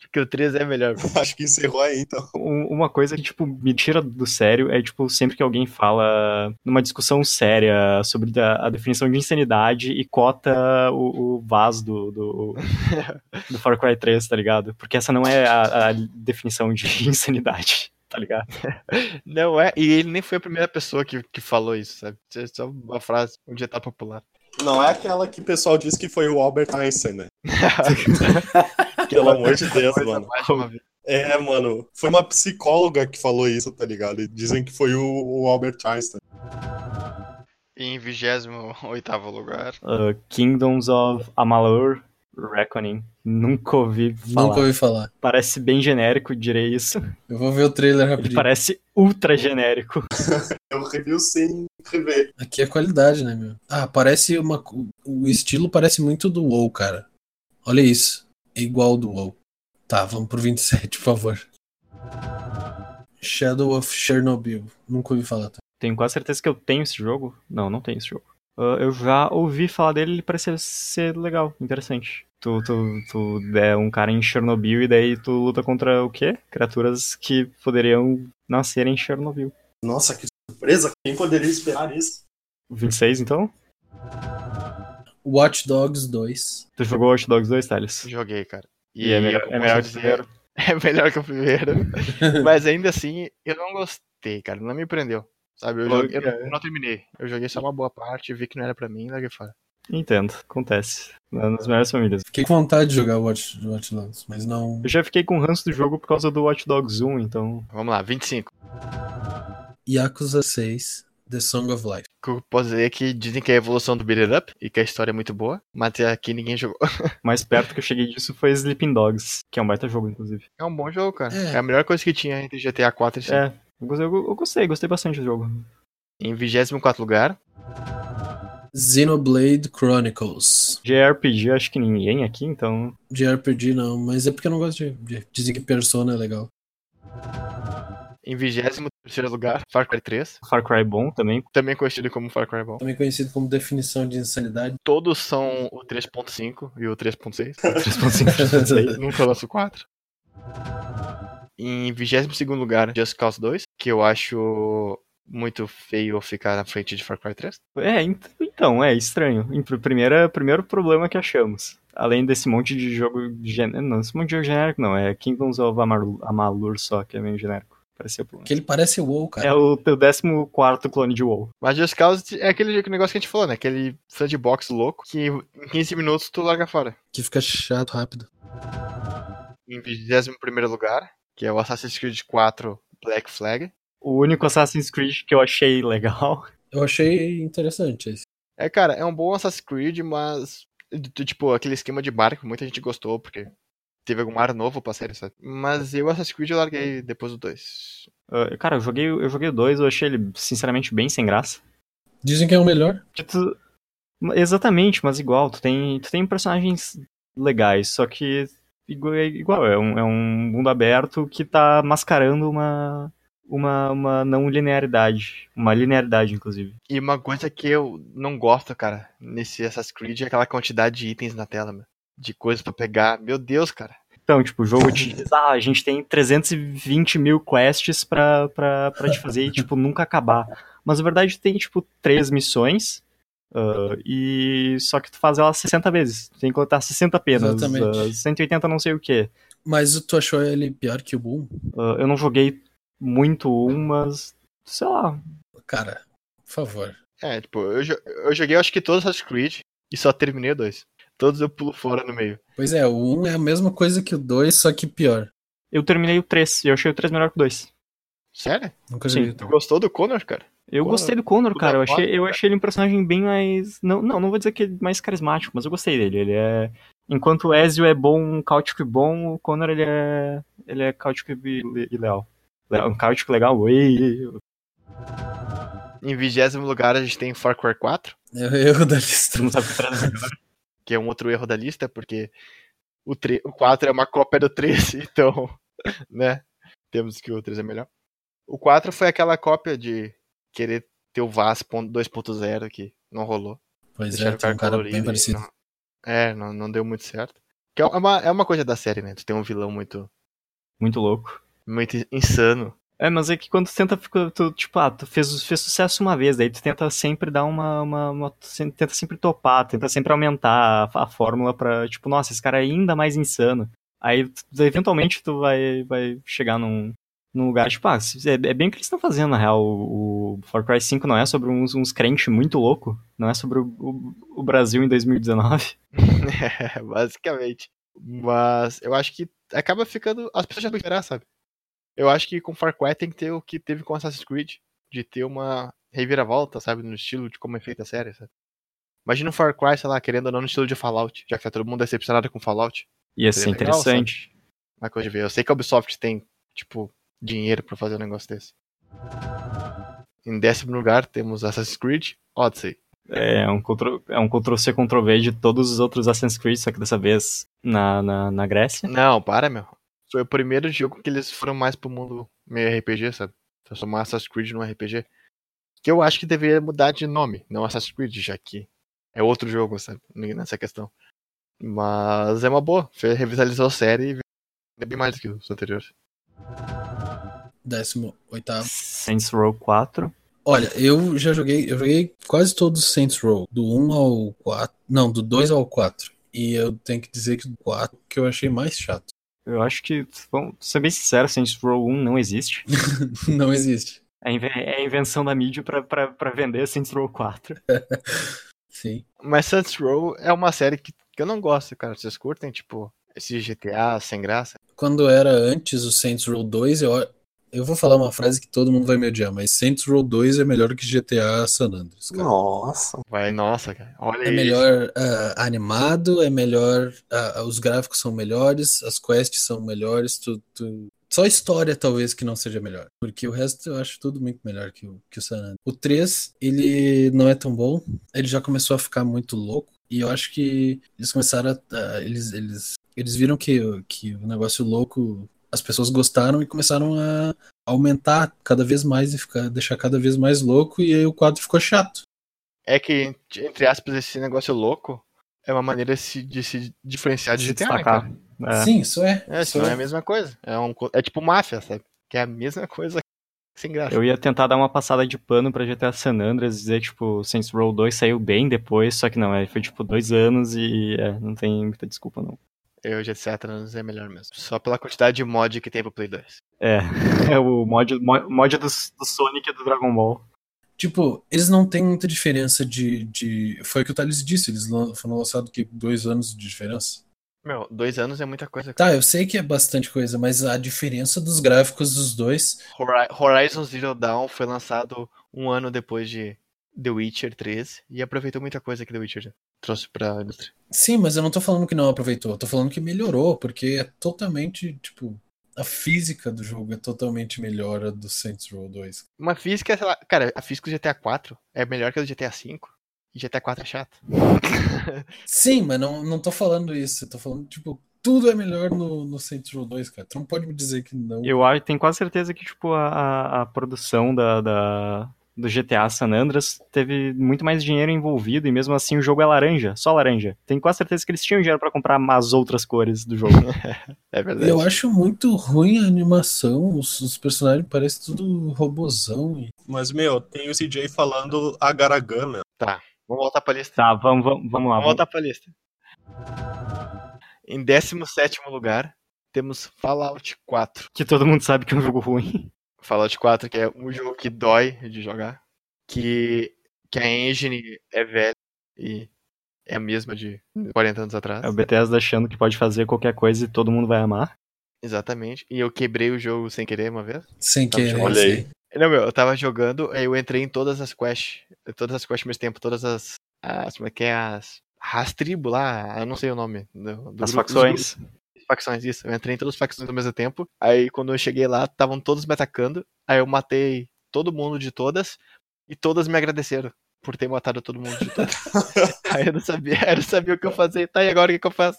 Speaker 1: Porque o 3 é melhor.
Speaker 2: Acho que encerrou aí, então.
Speaker 3: Um- Uma coisa que, tipo, me tira do sério é, tipo, sempre que alguém fala numa discussão séria sobre a, a definição de insanidade e cota o, o vaz do, do, do Far Cry 3, tá ligado? Porque essa não é a, a definição de insanidade, tá ligado?
Speaker 1: Não é. E ele nem foi a primeira pessoa que, que falou isso, sabe? Isso é só uma frase, um ditado popular.
Speaker 2: Não é aquela que o pessoal disse que foi o Albert Einstein, né? Pelo amor de Deus,
Speaker 1: Coisa
Speaker 2: mano.
Speaker 1: mais de uma vez.
Speaker 2: É, mano. Foi uma psicóloga que falou isso, tá ligado? E dizem que foi o, o Albert Einstein.
Speaker 5: Em 28 lugar,
Speaker 3: Uh, Kingdoms of Amalur Reckoning. Nunca ouvi falar.
Speaker 4: Nunca ouvi falar.
Speaker 3: Parece bem genérico, direi isso.
Speaker 4: Eu vou ver o trailer
Speaker 3: Ele
Speaker 4: rapidinho.
Speaker 3: parece ultra genérico.
Speaker 2: Eu review sem rever.
Speaker 4: Aqui é qualidade, né, meu? Ah, parece uma. co- O estilo parece muito do WoW, cara. Olha isso. É igual ao do WoW. Tá, vamos pro 27, por favor. Shadow of Chernobyl. Nunca ouvi falar. tá?
Speaker 3: Tenho quase certeza que eu tenho esse jogo. Não, não tenho esse jogo. Ah, eu já ouvi falar dele, ele parecia ser legal, interessante. Tu, tu, tu é um cara em Chernobyl e daí tu luta contra o quê? Criaturas que poderiam nascer em Chernobyl.
Speaker 2: Nossa, que surpresa. Quem poderia esperar isso?
Speaker 3: 26, então?
Speaker 4: Watch Dogs 2.
Speaker 3: Tu jogou Watch Dogs 2, Thales?
Speaker 1: Joguei, cara.
Speaker 3: E é melhor-
Speaker 1: eu
Speaker 3: é melhor
Speaker 1: posso
Speaker 3: que o primeiro?
Speaker 1: É melhor que o primeiro. Mas ainda assim, eu não gostei, cara. Não me prendeu. Sabe, eu,
Speaker 3: Logo
Speaker 1: joguei- eu
Speaker 3: que é?
Speaker 1: não- eu não terminei. Eu joguei só uma boa parte, vi que não era pra mim, larguei fora.
Speaker 3: Entendo, acontece. Na- Nas melhores famílias.
Speaker 4: Fiquei com vontade de jogar Watch, Watch Dogs, mas não.
Speaker 3: Eu já fiquei com ranço do jogo por causa do Watch Dogs 1, então.
Speaker 1: Vamos lá, 25.
Speaker 4: Yakuza 6, The Song of Life.
Speaker 1: O que eu posso dizer é que dizem que é a evolução do Beat It Up e que a história é muito boa, mas até aqui ninguém jogou.
Speaker 3: Mais perto que eu cheguei disso foi Sleeping Dogs, que é um baita jogo, inclusive.
Speaker 1: É um bom jogo, cara.
Speaker 4: É.
Speaker 1: É, a melhor coisa que tinha entre GTA 4 e 5.
Speaker 3: É, eu, gostei- eu gostei, gostei bastante do jogo.
Speaker 1: Em 24 lugar,
Speaker 4: Xenoblade Chronicles.
Speaker 3: JRPG, acho que ninguém aqui, então.
Speaker 4: De RPG não, mas é porque eu não gosto de. de dizem que Persona é legal.
Speaker 1: em 23 lugar, Far Cry 3.
Speaker 3: Far Cry é bom também.
Speaker 1: Também conhecido como Far Cry bom.
Speaker 4: Também conhecido como definição de insanidade.
Speaker 1: Todos são o 3.5 e o 3.6.
Speaker 3: 3.5.
Speaker 1: Nunca lanço 4. Em 22 lugar, Just Cause 2, que eu acho muito feio ficar na frente de Far Cry 3.
Speaker 3: é, ent- então, é estranho. Em pr- Primeira, primeiro problema que achamos. Além desse monte de jogo. gen- Não, esse monte de jogo genérico não, é Kingdoms of Amalur, Amalur só, que é meio genérico. Pareceu pelo menos.
Speaker 4: Que ele parece WoW, cara.
Speaker 3: É o teu 14 clone de WoW.
Speaker 1: Mas Just Cause é aquele aquele negócio que a gente falou, né? Aquele sandbox louco que em 15 minutos tu larga fora.
Speaker 4: Que fica chato rápido.
Speaker 1: Em 21 lugar, que é o Assassin's Creed 4 Black Flag.
Speaker 3: O único Assassin's Creed que eu achei legal.
Speaker 4: Eu achei interessante esse.
Speaker 1: É, cara, é um bom Assassin's Creed, mas. do- Tipo, aquele esquema de barco, muita gente gostou, porque teve algum ar novo pra série, sabe? Mas eu, Assassin's Creed, eu larguei depois do 2.
Speaker 3: Uh, cara, eu joguei, eu joguei o 2, eu achei ele, sinceramente, bem sem graça.
Speaker 4: Dizem que é o melhor.
Speaker 3: Que tu- Exatamente, mas igual, tu tem, tu tem personagens legais, só que igu- é igual, é um, é um mundo aberto que tá mascarando uma, uma, uma não linearidade. Uma linearidade, inclusive.
Speaker 1: E uma coisa que eu não gosto, cara, nesse Assassin's Creed é aquela quantidade de itens na tela, meu. De coisas pra pegar. Meu Deus, cara.
Speaker 3: Então, tipo, o jogo te diz, ah, a gente tem 320 mil quests pra, pra, pra te fazer e, tipo, nunca acabar. Mas, na verdade, tem, tipo, três missões, ah, e só que tu faz elas 60 vezes. Tu tem que contar 60 apenas,
Speaker 4: Exatamente.
Speaker 3: ah, 180 não sei o quê.
Speaker 4: Mas tu achou ele pior que o Boom?
Speaker 3: Ah, eu não joguei muito um, mas, sei lá,
Speaker 4: Cara, por favor.
Speaker 1: É, tipo, eu, jo- eu joguei acho que todos os Assassin's Creed e só terminei o 2. Todos eu pulo fora no meio.
Speaker 4: Pois é, o 1 é a mesma coisa que o 2, só que pior.
Speaker 3: eu terminei o 3, e eu achei o 3 melhor que o 2.
Speaker 1: Sério?
Speaker 4: Nunca
Speaker 3: Sim.
Speaker 4: joguei o
Speaker 1: Tu
Speaker 4: 3.
Speaker 1: gostou do Connor, cara?
Speaker 3: Eu
Speaker 1: Pô,
Speaker 3: gostei do Connor,
Speaker 1: puta
Speaker 3: cara. Eu
Speaker 1: foda,
Speaker 3: achei, eu
Speaker 1: cara.
Speaker 3: achei ele um personagem bem mais. Não, não, não vou dizer que ele é mais carismático, mas eu gostei dele. Ele é. Enquanto o Ezio é bom, cáutico e bom, o Connor ele é. Ele é cáutico e, le- e leal. Le- Um cáutico legal, oi.
Speaker 1: Em vigésimo lugar a gente tem Far Cry 4,
Speaker 4: Eu É erro da
Speaker 3: Tu
Speaker 4: lista.
Speaker 3: não sabe o que traduzir.
Speaker 1: que é um outro erro da lista, porque o, tre- o 4 é uma cópia do 3, então, né? Temos que o 3 é melhor. O 4 foi aquela cópia de querer ter o VAS 2.0 que não rolou.
Speaker 4: Pois
Speaker 1: Deixaram
Speaker 4: é,
Speaker 1: o
Speaker 4: tem um cara
Speaker 1: colorido
Speaker 4: bem
Speaker 1: e
Speaker 4: parecido.
Speaker 1: não- É, não, não deu muito certo. Que é uma, é uma coisa da série, né? Tu tem um vilão muito,
Speaker 3: Muito louco.
Speaker 1: muito insano.
Speaker 3: É, mas é que quando tu tenta, fica- tu, tipo, ah, tu fez, fez sucesso uma vez, daí tu tenta sempre dar uma, uma, uma- tu se- Tenta sempre topar, tenta sempre aumentar a, a fórmula pra, tipo, nossa, esse cara é ainda mais insano. Aí, tu- eventualmente, tu vai, vai chegar num, num lugar, tipo, ah, se- é, é bem o que eles estão fazendo, na real. O, o Far Cry 5 não é sobre uns, uns crentes muito louco, não é sobre o, o- o Brasil em 2019.
Speaker 1: É, basicamente. Mas eu acho que acaba ficando. As pessoas já vão esperar, sabe? Eu acho que com Far Cry tem que ter o que teve com Assassin's Creed, de ter uma reviravolta, sabe? No estilo de como é feita a série, sabe? Imagina um Far Cry, sei lá, querendo ou não no estilo de Fallout, já que tá todo mundo decepcionado com Fallout.
Speaker 3: Ia ser
Speaker 1: Seria legal, sabe?
Speaker 3: é interessante.
Speaker 1: Uma coisa de ver. Eu sei que a Ubisoft tem, tipo, dinheiro pra fazer um negócio desse. Em décimo lugar temos Assassin's Creed Odyssey.
Speaker 3: É um, Ctrl, é um Ctrl-C, Ctrl-V de todos os outros Assassin's Creed, só que dessa vez na, na, na Grécia.
Speaker 1: Não, para, meu. Foi o primeiro jogo que eles foram mais pro mundo meio RPG, sabe? Transformar Assassin's Creed num RPG. Que eu acho que deveria mudar de nome, não Assassin's Creed, já que é outro jogo, sabe? N- Nessa questão. Mas é uma boa. Fe- Revitalizou a série e é bem mais do que os anteriores.
Speaker 4: Décimo oitavo.
Speaker 3: Saints Row 4.
Speaker 4: Olha, eu já joguei, eu joguei quase todos os Saints Row, do 1 ao 4, não, do 2 ao 4. E eu tenho que dizer que o 4 que eu achei mais chato.
Speaker 3: Eu acho que, vamos ser bem sincero, Saints Row 1 não existe.
Speaker 4: Não existe.
Speaker 3: É inve- é a invenção da mídia pra, pra, pra vender Saints Row 4.
Speaker 4: Sim.
Speaker 1: Mas Saints Row é uma série que, que eu não gosto, cara. Vocês curtem, tipo, esse GTA sem graça?
Speaker 4: Quando era antes o Saints Row 2, eu, eu vou falar uma frase que todo mundo vai me odiar, mas Saints Row 2 é melhor que GTA San Andreas, cara.
Speaker 2: Nossa.
Speaker 1: Vai, nossa, cara. Olha
Speaker 4: É
Speaker 1: isso.
Speaker 4: melhor ah, animado, é melhor. ah, os gráficos são melhores, as quests são melhores, tu, tu- Só a história talvez que não seja melhor. Porque o resto eu acho tudo muito melhor que o, que o San Andreas. O 3, ele não é tão bom, ele já começou a ficar muito louco. E eu acho que eles começaram a. a- eles, eles, eles viram que, que o negócio louco. As pessoas gostaram e começaram a aumentar cada vez mais e ficar, deixar cada vez mais louco. E aí o quadro ficou chato.
Speaker 1: É que, entre aspas, esse negócio louco é uma maneira de se, de se diferenciar de
Speaker 3: Se
Speaker 1: GTA, né,
Speaker 3: destacar.
Speaker 1: cara?
Speaker 3: É.
Speaker 4: Sim, isso é.
Speaker 1: É,
Speaker 4: isso
Speaker 1: senão é a mesma coisa. É, um, co- é tipo máfia, sabe? Que é a mesma coisa sem graça.
Speaker 3: Eu ia tentar dar uma passada de pano pra GTA San Andreas, dizer, tipo, Saints Row 2 saiu bem depois, só que não, é, foi tipo dois anos e é, não tem muita desculpa, não.
Speaker 1: Eu GTA Trans é melhor mesmo. Só pela quantidade de mod que tem pro Play 2.
Speaker 3: É, é o mod, mo- mod do, do Sonic e do Dragon Ball.
Speaker 4: Tipo, eles não têm muita diferença de. de... Foi o que o Thales disse, eles lan- foram lançados que dois anos de diferença.
Speaker 1: Meu, dois anos é muita coisa.
Speaker 4: Tá, eu sei que é bastante coisa, mas a diferença dos gráficos dos dois.
Speaker 1: Hori- Horizon Zero Dawn foi lançado um ano depois de The Witcher 3 e aproveitou muita coisa que The Witcher trouxe pra indústria.
Speaker 4: Sim, mas eu não tô falando que não aproveitou, eu tô falando que melhorou, porque é totalmente, tipo, a física do jogo é totalmente melhor a do Saints Row 2.
Speaker 1: Uma física, sei lá, cara, a física do GTA 4 é melhor que a do GTA 5 e GTA 4 é chato.
Speaker 4: Sim, mas não, não tô falando isso, eu tô falando, tipo, tudo é melhor no, no Saints Row 2, cara. Tu não pode me dizer que não.
Speaker 3: Eu acho- tenho quase certeza que, tipo, a, a- a produção da, da- do GTA San Andreas teve muito mais dinheiro envolvido e mesmo assim o jogo é laranja, só laranja. Tenho quase certeza que eles tinham dinheiro pra comprar as outras cores do jogo.
Speaker 1: É verdade.
Speaker 4: Eu acho muito ruim a animação, os, os personagens parecem tudo robozão. E...
Speaker 2: Mas, meu, tem o CJ falando a garagana.
Speaker 1: Vamos voltar pra lista.
Speaker 3: tá, vamos, vamos, vamos
Speaker 1: Vamos
Speaker 3: lá. Vamos...
Speaker 1: voltar pra lista. Em 17 lugar, temos Fallout 4.
Speaker 3: Que todo mundo sabe que é um jogo ruim.
Speaker 1: Fallout 4, que é um jogo que dói de jogar, que, que a engine é velha e é a mesma de 40 anos atrás.
Speaker 3: É o Bethesda achando que pode fazer qualquer coisa e todo mundo vai amar.
Speaker 1: Exatamente. E eu quebrei o jogo sem querer uma vez.
Speaker 4: Sem
Speaker 1: Tá,
Speaker 4: querer. assim.
Speaker 2: olha aí.
Speaker 4: sei.
Speaker 1: Não, meu, eu tava jogando, aí eu entrei em todas as quests. Todas as quests ao mesmo tempo, todas as. as como é que é? As. As tribos lá, eu não sei o nome. Do, do
Speaker 3: As
Speaker 1: grupo- dos
Speaker 3: facções.
Speaker 1: grupos- facções, isso. Eu entrei em todas as facções ao mesmo tempo. Aí quando eu cheguei lá, estavam todos me atacando. Aí eu matei todo mundo de todas. E todas me agradeceram por ter matado todo mundo de todas. aí eu não sabia, eu não sabia o que eu fazia. Tá, e agora o que, que eu faço?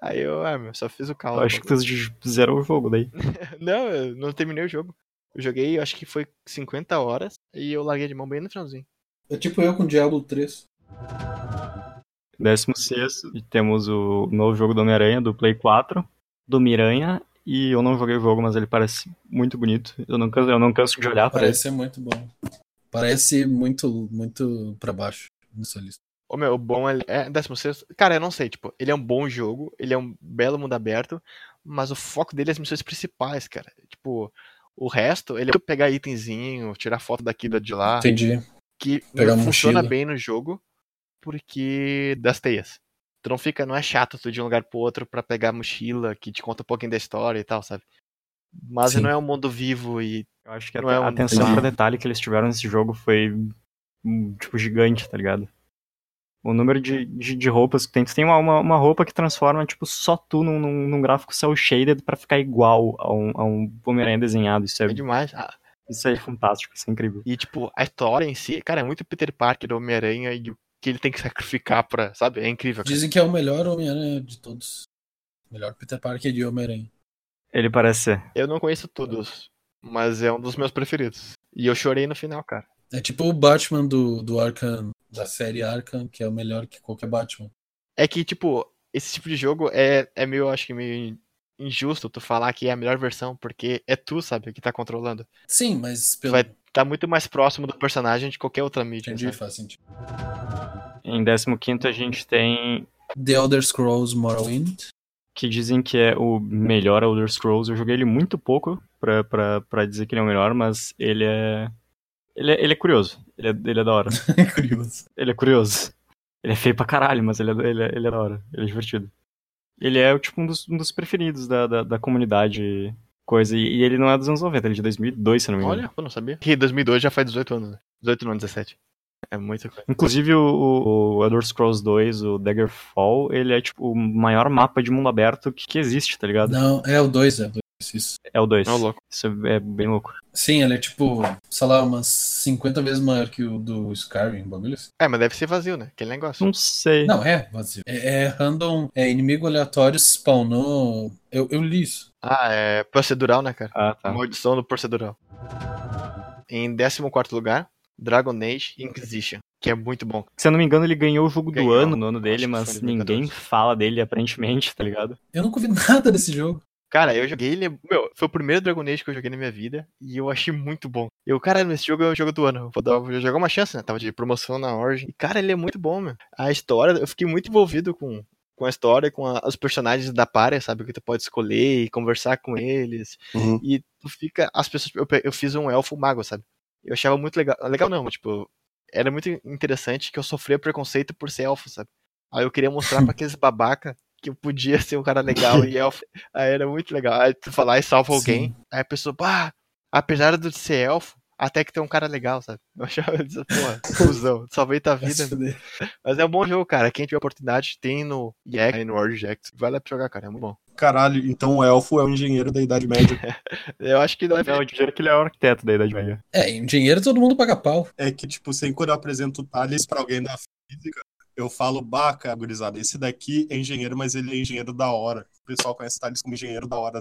Speaker 1: Aí eu, ah, meu, só fiz o
Speaker 3: Eu
Speaker 1: caos.
Speaker 3: acho que tu z- zerou o jogo daí.
Speaker 1: Não, eu não terminei o jogo. Eu joguei, eu acho que foi 50 horas e eu larguei de mão bem no finalzinho.
Speaker 4: É tipo eu com Diablo 3.
Speaker 3: Décimo sexto, e temos o novo jogo do Homem-Aranha, do Play 4, do Miranha, e eu não joguei o jogo, mas ele parece muito bonito. Eu não canso, eu não canso de olhar para ele.
Speaker 4: Parece ser muito bom. Parece muito, muito pra baixo nessa lista.
Speaker 1: Ô meu, o bom é, é 16. Cara, eu não sei, tipo, ele é um bom jogo, ele é um belo mundo aberto, mas o foco dele é as missões principais, cara. Tipo, o resto, ele é pegar itemzinho, tirar foto daqui da de lá,
Speaker 4: Entendi.
Speaker 1: que
Speaker 4: pegar
Speaker 1: não funciona
Speaker 4: mochila.
Speaker 1: bem no jogo porque das teias. Tu não fica, não é chato tu ir de um lugar pro outro pra pegar a mochila que te conta um pouquinho da história e tal, sabe? Mas
Speaker 4: Sim.
Speaker 1: não é um mundo vivo e
Speaker 3: Eu acho que a,
Speaker 1: Não é um-
Speaker 3: a atenção
Speaker 4: Entendi.
Speaker 3: para detalhe que eles tiveram nesse jogo foi, hum, tipo, gigante, tá ligado? O número de, de, de roupas que tem. Tu tem uma, uma, uma roupa que transforma, tipo, só tu num, num, num gráfico cel-shaded pra ficar igual a um, a um Homem-Aranha desenhado. Isso é,
Speaker 1: é demais. Ah,
Speaker 3: isso é fantástico, isso é incrível.
Speaker 1: E, tipo, a história em si, cara, é muito Peter Parker, Homem-Aranha e o que ele tem que sacrificar pra, sabe? É incrível. cara.
Speaker 4: Dizem que é o melhor Homem-Aranha de todos. Melhor Peter Parker de Homem-Aranha.
Speaker 3: Ele parece ser.
Speaker 1: Eu não conheço todos, mas é um dos meus preferidos. E eu chorei no final, cara.
Speaker 4: É tipo o Batman do, do Arkham, da série Arkham, que é o melhor que qualquer Batman.
Speaker 1: É que, tipo, esse tipo de jogo é, é meio, acho que meio injusto tu falar que é a melhor versão, porque é tu, sabe, que tá controlando.
Speaker 4: Sim, mas
Speaker 1: Tu
Speaker 4: pelo.
Speaker 1: vai tá muito mais próximo do personagem de qualquer outra mídia.
Speaker 4: Entendi,
Speaker 1: sabe?
Speaker 4: faz sentido.
Speaker 3: Em 15 a gente tem
Speaker 4: The Elder Scrolls Morrowind.
Speaker 3: que dizem que é o melhor Elder Scrolls. Eu joguei ele muito pouco pra, pra, pra dizer que ele é o melhor, mas ele é. Ele é, ele é curioso. Ele é, ele é da hora.
Speaker 4: É curioso.
Speaker 3: Ele é curioso. Ele é feio pra caralho, mas ele é, ele é, ele é da hora. Ele é divertido. Ele é tipo um dos, um dos preferidos da, da, da comunidade. Coisa. E, e ele não é dos anos 90, ele é de 2002, se eu não me engano.
Speaker 1: Olha, eu não sabia. Que 2002 já faz 18 anos, né? 18 não, 17. É muito.
Speaker 3: Inclusive, o- o, o Elder Scrolls 2, o Daggerfall, ele é tipo o maior mapa de mundo aberto que, que existe, tá ligado?
Speaker 4: Não, é o 2, é o 2. Isso.
Speaker 3: É o 2.
Speaker 1: Não, louco.
Speaker 3: Isso é bem louco.
Speaker 4: Sim, ele é tipo, sei lá, umas 50 vezes maior que o do Skyrim, bagulho assim.
Speaker 1: É, mas deve ser vazio, né? Aquele negócio.
Speaker 3: Não sei.
Speaker 4: Não, é vazio. É, é random, é inimigo aleatório spawnou. Eu, eu li isso.
Speaker 1: Ah, é procedural, né, cara?
Speaker 3: Ah, tá.
Speaker 1: Maldição do procedural. Em 14 lugar, Dragon Age Inquisition, que é muito bom.
Speaker 3: Se eu não me engano, ele ganhou o jogo
Speaker 1: Ganhou.
Speaker 3: do ano, no ano
Speaker 1: Acho
Speaker 3: dele,
Speaker 1: que
Speaker 3: mas
Speaker 1: foi
Speaker 3: ninguém fala dele, aparentemente, tá ligado?
Speaker 4: Eu nunca vi nada desse jogo.
Speaker 1: Cara, eu joguei ele. Meu, foi o primeiro Dragon Age que eu joguei na minha vida e eu achei muito bom. Eu, cara, esse jogo é o jogo do ano. Vou, dar, vou jogar uma chance, né? Tava de promoção na Origin. E, cara, ele é muito bom, meu. A história, eu fiquei muito envolvido com, com a história, com a- os personagens da party, sabe? Que tu pode escolher e conversar com eles.
Speaker 2: Uhum.
Speaker 1: E tu fica. As pessoas. Eu, pe- eu fiz um elfo mago, sabe? Eu achava muito legal. Legal não, tipo. Era muito interessante que eu sofria preconceito por ser elfo, sabe? Aí eu queria mostrar pra aqueles babaca que eu podia ser um cara legal e elfo. Aí era muito legal. Aí tu falar e salva
Speaker 4: Sim.
Speaker 1: alguém. Aí a pessoa, pá, apesar de ser elfo, até que tem um cara legal, sabe? Eu achava, eu disse, porra, cuzão, salvei tua
Speaker 4: Vai se
Speaker 1: vida.
Speaker 4: fuder.
Speaker 1: Mas é um bom jogo, cara. Quem tiver oportunidade, tem no IEC, aí no World Jack. Vale a pena jogar, cara. É muito bom.
Speaker 2: Caralho, então o elfo é um engenheiro da Idade Média.
Speaker 1: Eu acho que não é.
Speaker 3: Não, eu diria que ele é o arquiteto da Idade Média.
Speaker 4: É, em dinheiro todo mundo paga pau.
Speaker 2: é que, tipo, sempre quando eu apresento Thales pra alguém da física, eu falo, baca, gurizada, esse daqui é engenheiro, mas ele é engenheiro da hora. O pessoal conhece Thales como engenheiro da hora.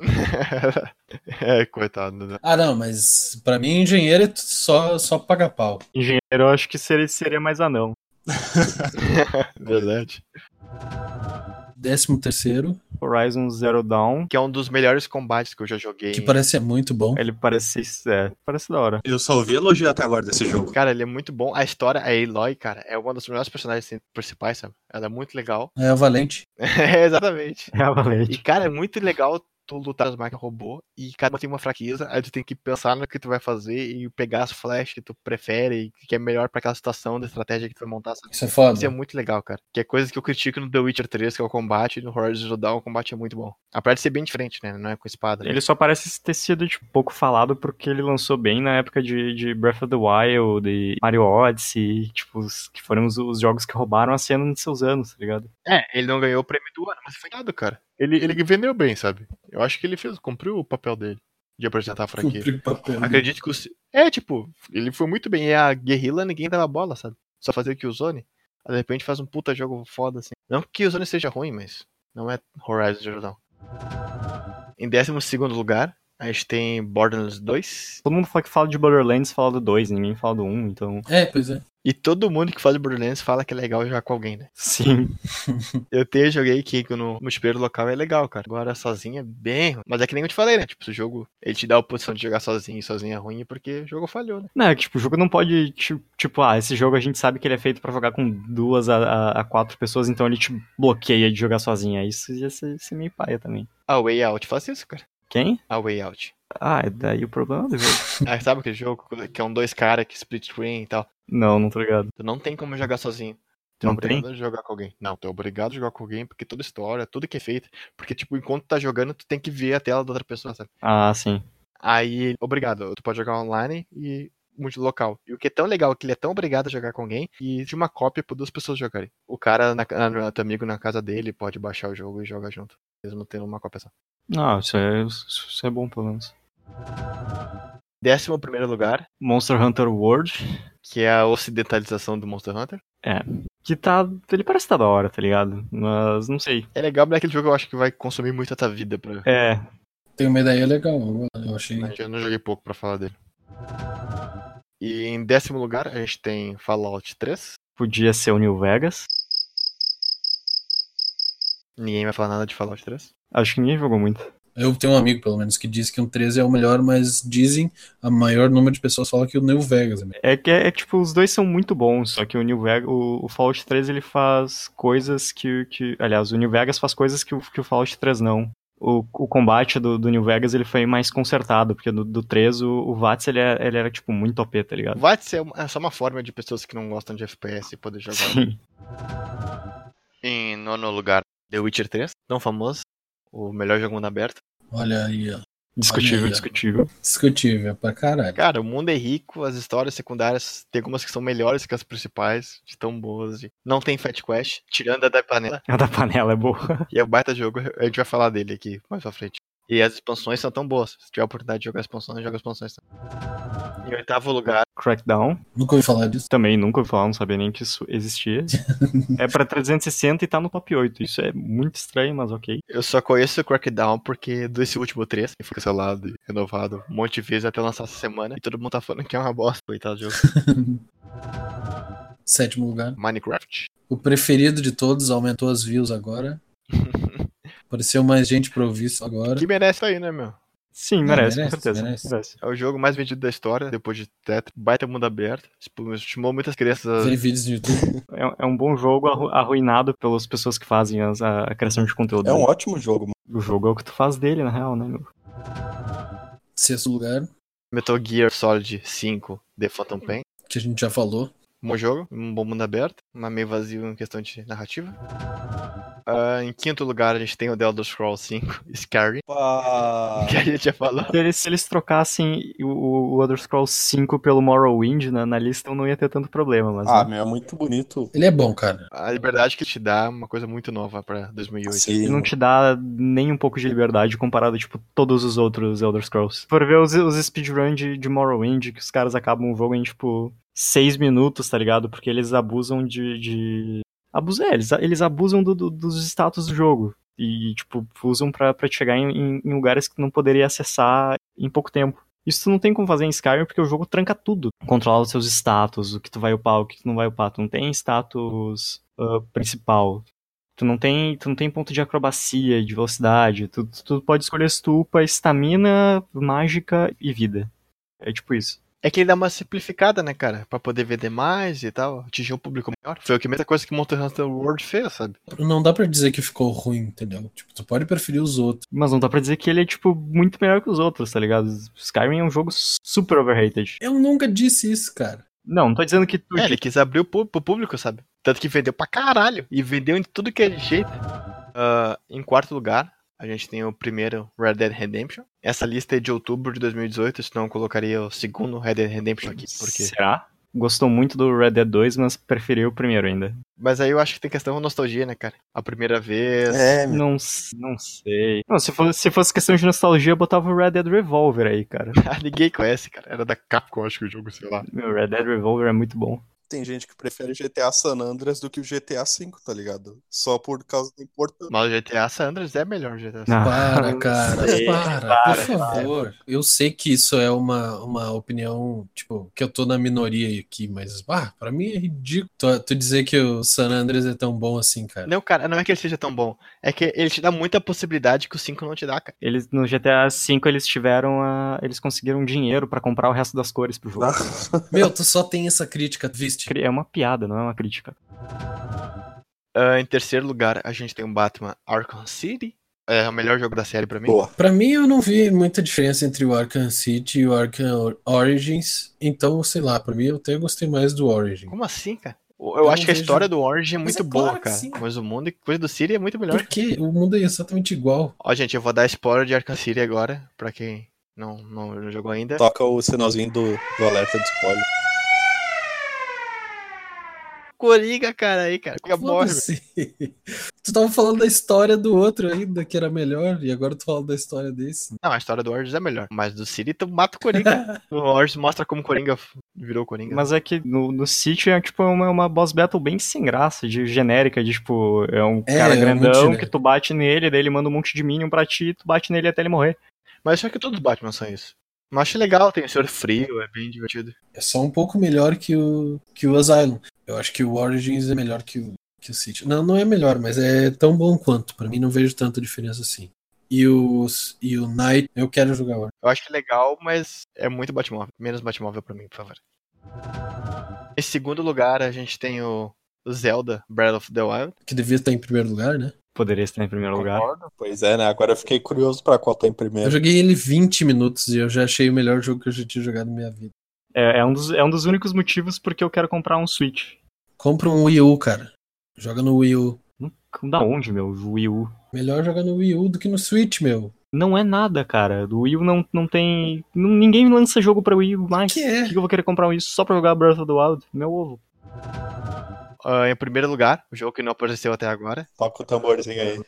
Speaker 1: é, coitado. né?
Speaker 4: Ah, não, mas pra mim engenheiro é tu- só, só paga pau.
Speaker 3: Engenheiro, eu acho que seria, seria mais anão.
Speaker 1: Verdade.
Speaker 4: Décimo terceiro,
Speaker 3: Horizon Zero Dawn,
Speaker 1: Que é um dos melhores combates que eu já joguei.
Speaker 4: que parece ser muito bom.
Speaker 3: ele parece. É, parece da hora.
Speaker 2: Eu só ouvi elogio até agora desse jogo.
Speaker 1: Cara, ele é muito bom. A história, a Aloy, cara, é uma das melhores personagens assim, principais, sabe? Ela é muito legal.
Speaker 4: É o Valente.
Speaker 1: é, exatamente.
Speaker 3: É a
Speaker 1: E,
Speaker 3: valente.
Speaker 1: cara, é muito legal tu lutar as máquinas robô e cada uma tem uma fraqueza, aí tu tem que pensar no que tu vai fazer e pegar as flechas que tu prefere e que é melhor pra aquela situação da estratégia que tu vai montar, sabe?
Speaker 4: Isso é foda.
Speaker 1: Isso é muito legal, cara. Que é coisa que eu critico no The Witcher 3, que é o combate, e no Horizon Zero Dawn o combate é muito bom. Apesar de ser bem diferente, né? Não é com espada. né?
Speaker 3: Ele só parece ter sido tipo, pouco falado porque ele lançou bem na época de, de Breath of the Wild e Mario Odyssey, tipo, os, que foram os, os jogos que roubaram a cena de seus anos, tá ligado?
Speaker 1: É, ele não ganhou o prêmio do ano, mas foi dado, cara. Ele, ele vendeu bem, sabe? Eu acho que ele fez, cumpriu o papel dele de apresentar a franquia.
Speaker 4: Cumprir o papel.
Speaker 1: Acredito que o. se- É, tipo, ele foi muito bem. E a guerrilla ninguém dava bola, sabe? Só fazia o Killzone. Aí, de repente faz um puta jogo foda, assim. Não que o Killzone seja ruim, mas não é Horizon Zero Dawn. Em 12 lugar, a gente tem Borderlands 2.
Speaker 3: Todo mundo fala que fala de Borderlands, fala do 2, ninguém fala do 1, então.
Speaker 4: É, pois é.
Speaker 1: E todo mundo que faz Borderlands fala que é legal jogar com alguém, né?
Speaker 3: Sim.
Speaker 1: Eu até joguei que no multiplayer local é legal, cara. Agora sozinho é bem ruim. Mas é que nem eu te falei, né? Tipo, se o jogo ele te dá a opção de jogar sozinho e sozinho é ruim porque o jogo falhou, né?
Speaker 3: Não, é que, tipo, o jogo não pode, ti- tipo, ah, esse jogo a gente sabe que ele é feito pra jogar com duas a, a- a quatro pessoas, então ele te bloqueia de jogar sozinha. Isso ia ser, ser meio paia também.
Speaker 1: A Ah, Way Out faz isso, cara.
Speaker 3: Quem?
Speaker 1: A Way Out.
Speaker 3: Ah, é daí o problema do jogo.
Speaker 1: Aí sabe aquele jogo que é um dois cara que split screen e tal?
Speaker 3: Não, não tô ligado.
Speaker 1: Tu não tem como jogar sozinho. Tu
Speaker 3: Não
Speaker 1: é obrigado a jogar com alguém. Não, tu é obrigado a jogar com alguém porque toda história, tudo que é feito. Porque, tipo, enquanto tu tá jogando, tu tem que ver a tela da outra pessoa, sabe?
Speaker 3: Ah, sim.
Speaker 1: Aí, obrigado, tu pode jogar online e multilocal. E o que é tão legal é que ele é tão obrigado a jogar com alguém e de uma cópia por duas pessoas jogarem. O cara, na, ca- na, teu amigo na casa dele, pode baixar o jogo e joga junto. Mesmo tendo uma cópia só.
Speaker 3: Não, isso é, isso é bom, pelo menos.
Speaker 1: Décimo primeiro lugar,
Speaker 3: Monster Hunter World,
Speaker 1: que é a ocidentalização do Monster Hunter.
Speaker 3: que tá... Ele parece tá da hora, tá ligado? Mas, não sei.
Speaker 1: É legal, mas é aquele jogo que eu acho que vai consumir muito a tua vida. Pra...
Speaker 3: É,
Speaker 4: Tem uma ideia legal, eu- eu achei.
Speaker 1: né? Eu não joguei pouco pra falar dele. E em décimo lugar, a gente tem Fallout 3.
Speaker 3: podia ser o New Vegas.
Speaker 1: Ninguém vai falar nada de Fallout 3.
Speaker 3: Acho que ninguém jogou muito.
Speaker 4: Eu tenho um amigo, pelo menos, que diz que um 13 é o melhor, mas dizem, a maior número de pessoas fala que o New Vegas é melhor.
Speaker 3: É que é, tipo, os dois são muito bons, só que o New Vegas, o, o Fallout 3 ele faz coisas que, que. Aliás, o New Vegas faz coisas que, o- que o Fallout 3 não. O, o combate do, do New Vegas ele foi mais consertado, porque do, do 3 o, o VATS ele, é- ele era, tipo, muito OP, tá ligado?
Speaker 1: Vai ser uma- é só uma forma de pessoas que não gostam de FPS poder jogar.
Speaker 3: Sim.
Speaker 5: Em nono lugar,
Speaker 1: The Witcher 3, tão famoso. O melhor jogo mundo aberto.
Speaker 4: Olha aí, ó.
Speaker 3: Discutível,
Speaker 4: Olha aí, ó.
Speaker 3: discutível.
Speaker 4: Discutível pra caralho.
Speaker 1: Cara, o mundo é rico, as histórias secundárias tem algumas que são melhores que as principais, de tão boas. de- Não tem Fat Quest, tirando a da panela.
Speaker 3: A da panela é boa.
Speaker 1: E é um baita jogo, a gente vai falar dele aqui mais pra frente. E as expansões são tão boas. Se tiver a oportunidade de jogar expansões, joga expansões. também. Em oitavo lugar,
Speaker 3: Crackdown.
Speaker 4: Nunca ouvi falar disso.
Speaker 3: Também nunca ouvi falar, não sabia nem que isso existia. é pra 360 e tá no top 8. Isso é muito estranho, mas ok.
Speaker 1: eu só conheço o Crackdown porque desse último 3, que foi cancelado e renovado um monte de vezes até lançar essa semana. E todo mundo tá falando que é uma bosta, coitado do jogo.
Speaker 4: Sétimo lugar.
Speaker 1: Minecraft.
Speaker 4: O preferido de todos aumentou as views agora. Apareceu mais gente pra ouvir isso agora.
Speaker 1: Que merece isso aí, né, meu?
Speaker 3: Sim,
Speaker 4: Não,
Speaker 3: merece,
Speaker 4: merece,
Speaker 3: com certeza.
Speaker 4: merece.
Speaker 3: merece.
Speaker 1: É o jogo mais vendido da história, depois de Tetris. Baita mundo aberto. Estimulou muitas crianças
Speaker 4: Tem vídeos no YouTube.
Speaker 3: É, é um bom jogo arru- arruinado pelas pessoas que fazem as- a, a criação de conteúdo.
Speaker 2: É um ótimo jogo, mano.
Speaker 3: O jogo é o que tu faz dele, na real, né? meu?
Speaker 4: Sexto lugar,
Speaker 1: Metal Gear Solid 5 The Phantom Pain.
Speaker 4: que a gente já falou.
Speaker 1: Bom jogo, um bom mundo aberto, mas meio vazio em questão de narrativa. Ah, em quinto lugar, a gente tem o The Elder Scrolls 5 Scary,
Speaker 2: Pá.
Speaker 1: que a gente já falou.
Speaker 3: Se eles, se eles trocassem o- o, o Elder Scrolls 5 pelo Morrowind né, na, na lista, eu não ia ter tanto problema, mas...
Speaker 2: Ah,
Speaker 3: né?
Speaker 2: meu, é muito bonito.
Speaker 4: Ele é bom, cara.
Speaker 1: A liberdade que te dá é uma coisa muito nova pra 2008.
Speaker 3: Ele
Speaker 2: Sim,
Speaker 3: não te dá nem um pouco de liberdade comparado, tipo, todos os outros Elder Scrolls. Se for ver os, os speedrun de, de Morrowind, que os caras acabam o jogo em, tipo, seis minutos, tá ligado? Porque eles abusam de... de... Abusa, é, eles, eles abusam do- do- dos status do jogo. E, tipo, usam pra, pra te chegar em, em- em lugares que tu não poderia acessar em pouco tempo. Isso tu não tem como fazer em Skyrim, porque o jogo tranca tudo. Controlar os seus status, o que tu vai upar, o que tu não vai upar. Tu não tem status ah, principal. Tu não tem, tu não tem ponto de acrobacia, de velocidade. Tu, tu, tu pode escolher se tu upa estamina, mágica e vida. É tipo isso.
Speaker 1: É que ele dá uma simplificada, né, cara? Pra poder vender mais e tal, atingir um público maior. Foi o que a mesma coisa que Monster Hunter World fez, sabe?
Speaker 4: Não dá pra dizer que ficou ruim, entendeu? Tipo, tu pode preferir os outros.
Speaker 3: Mas não dá pra dizer que ele é, tipo, muito melhor que os outros, tá ligado? Skyrim é um jogo super overrated.
Speaker 4: Eu nunca disse isso, cara.
Speaker 3: Não, não tô dizendo que tu.
Speaker 1: É, ele quis abrir o pú- pro público, sabe? Tanto que vendeu pra caralho. E vendeu em tudo que é jeito. Ah, em quarto lugar, a gente tem o primeiro Red Dead Redemption. Essa lista é de outubro de 2018, senão eu colocaria o segundo Red Dead Redemption aqui. Porque...
Speaker 3: Será? Gostou muito do Red Dead 2, mas preferiu o primeiro ainda.
Speaker 1: Mas aí eu acho que tem questão da nostalgia, né, cara? A primeira vez.
Speaker 2: É, meu.
Speaker 3: Não, s- não sei. Não, se fosse, se fosse questão de nostalgia, eu botava o Red Dead Revolver aí, cara.
Speaker 1: Ninguém conhece, cara. Era da Capcom, acho que o jogo, sei lá.
Speaker 3: Meu, Red Dead Revolver é muito bom.
Speaker 2: Tem gente que prefere GTA San Andreas do que o GTA V, tá ligado? Só por causa do importância.
Speaker 1: Mas o GTA San Andreas é melhor, GTA.
Speaker 3: Não.
Speaker 4: Para, cara.
Speaker 3: sei,
Speaker 4: Para,
Speaker 3: para,
Speaker 4: por favor. Eu sei que isso é uma, uma opinião, tipo, que eu tô na minoria aqui, mas, ah, pra mim é ridículo tu, tu dizer que o San Andreas é tão bom assim, cara.
Speaker 1: Não, cara, não é que ele seja tão bom. É que ele te dá muita possibilidade que o 5 não te dá, cara.
Speaker 3: Eles, no GTA V eles tiveram a, eles conseguiram dinheiro pra comprar o resto das cores pro jogo.
Speaker 4: Meu, tu só tem essa crítica, viste?
Speaker 3: É uma piada, não é uma crítica.
Speaker 1: Ah, em terceiro lugar, a gente tem o Batman Arkham City. É o melhor jogo da série pra mim.
Speaker 2: Boa.
Speaker 4: Pra mim, eu não vi muita diferença entre o Arkham City e o Arkham Or- Origins. Então, sei lá, pra mim eu até gostei mais do Origin.
Speaker 1: Como assim, cara? Eu,
Speaker 4: Eu
Speaker 1: acho
Speaker 4: não
Speaker 1: que a
Speaker 4: vejo-
Speaker 1: história do Orange é
Speaker 4: Mas
Speaker 1: muito
Speaker 4: é
Speaker 1: boa,
Speaker 4: claro que
Speaker 1: cara.
Speaker 4: sim.
Speaker 1: Mas o mundo e coisa do City é muito melhor.
Speaker 4: Porque o mundo é exatamente igual.
Speaker 1: Ó, gente, eu vou dar spoiler de Arkham City agora, pra quem não, não, não jogou ainda.
Speaker 2: Toca o sinalzinho do, do alerta de spoiler.
Speaker 1: Coringa, cara, aí, cara. Coringa morre, velho.
Speaker 4: Foda-se. Tu tava falando da história do outro ainda, que era melhor, e agora tu fala da história desse.
Speaker 1: Não, a história do Orange é melhor. Mas do City, tu mata o Coringa. o Orange mostra como o Coringa f- virou Coringa.
Speaker 3: Mas é que no, no City é tipo uma, uma boss battle bem sem graça, de genérica, de tipo, é um
Speaker 4: É,
Speaker 3: cara
Speaker 4: é muito
Speaker 3: grandão
Speaker 4: genérico.
Speaker 3: que tu bate nele, daí ele manda um monte de minion pra ti, tu bate nele até ele morrer.
Speaker 1: Mas só que todos os Batman são isso. Mas acho legal, tem o Senhor Frio, é bem divertido.
Speaker 4: É só um pouco melhor que o, que o Asylum. Eu acho que o Origins é melhor que o, que o City. Não, não é melhor, mas é tão bom quanto. Pra mim, não vejo tanta diferença assim. e, os, e o Knight, eu quero jogar agora.
Speaker 1: Eu acho que é legal, mas é muito Batmóvel. Menos Batmóvel pra mim, por favor. Em segundo lugar, a gente tem o Zelda Breath of the Wild.
Speaker 4: Que devia estar em primeiro lugar, né?
Speaker 3: Poderia estar em primeiro lugar.
Speaker 1: Concordo.
Speaker 2: Pois é, né? Agora eu fiquei curioso pra qual tá em
Speaker 4: Eu
Speaker 2: primeiro.
Speaker 4: joguei ele 20 minutos e eu já achei o melhor jogo que eu já tinha jogado na minha vida.
Speaker 3: É, é um dos, é um dos únicos motivos porque eu quero comprar um Switch.
Speaker 4: Compra um Wii U, cara. Joga no Wii U.
Speaker 3: Da onde, meu? O Wii U.
Speaker 4: Melhor jogar no Wii U do que no Switch, meu.
Speaker 3: Não é nada, cara. Do Wii U não, não tem. não- ninguém lança jogo pra Wii U mais.
Speaker 4: Que é?
Speaker 3: Por que eu vou querer comprar um isso só pra jogar Breath of the Wild? Meu ovo.
Speaker 1: Ah, em primeiro lugar, o jogo que não apareceu até agora.
Speaker 2: Toca o tamborzinho aí.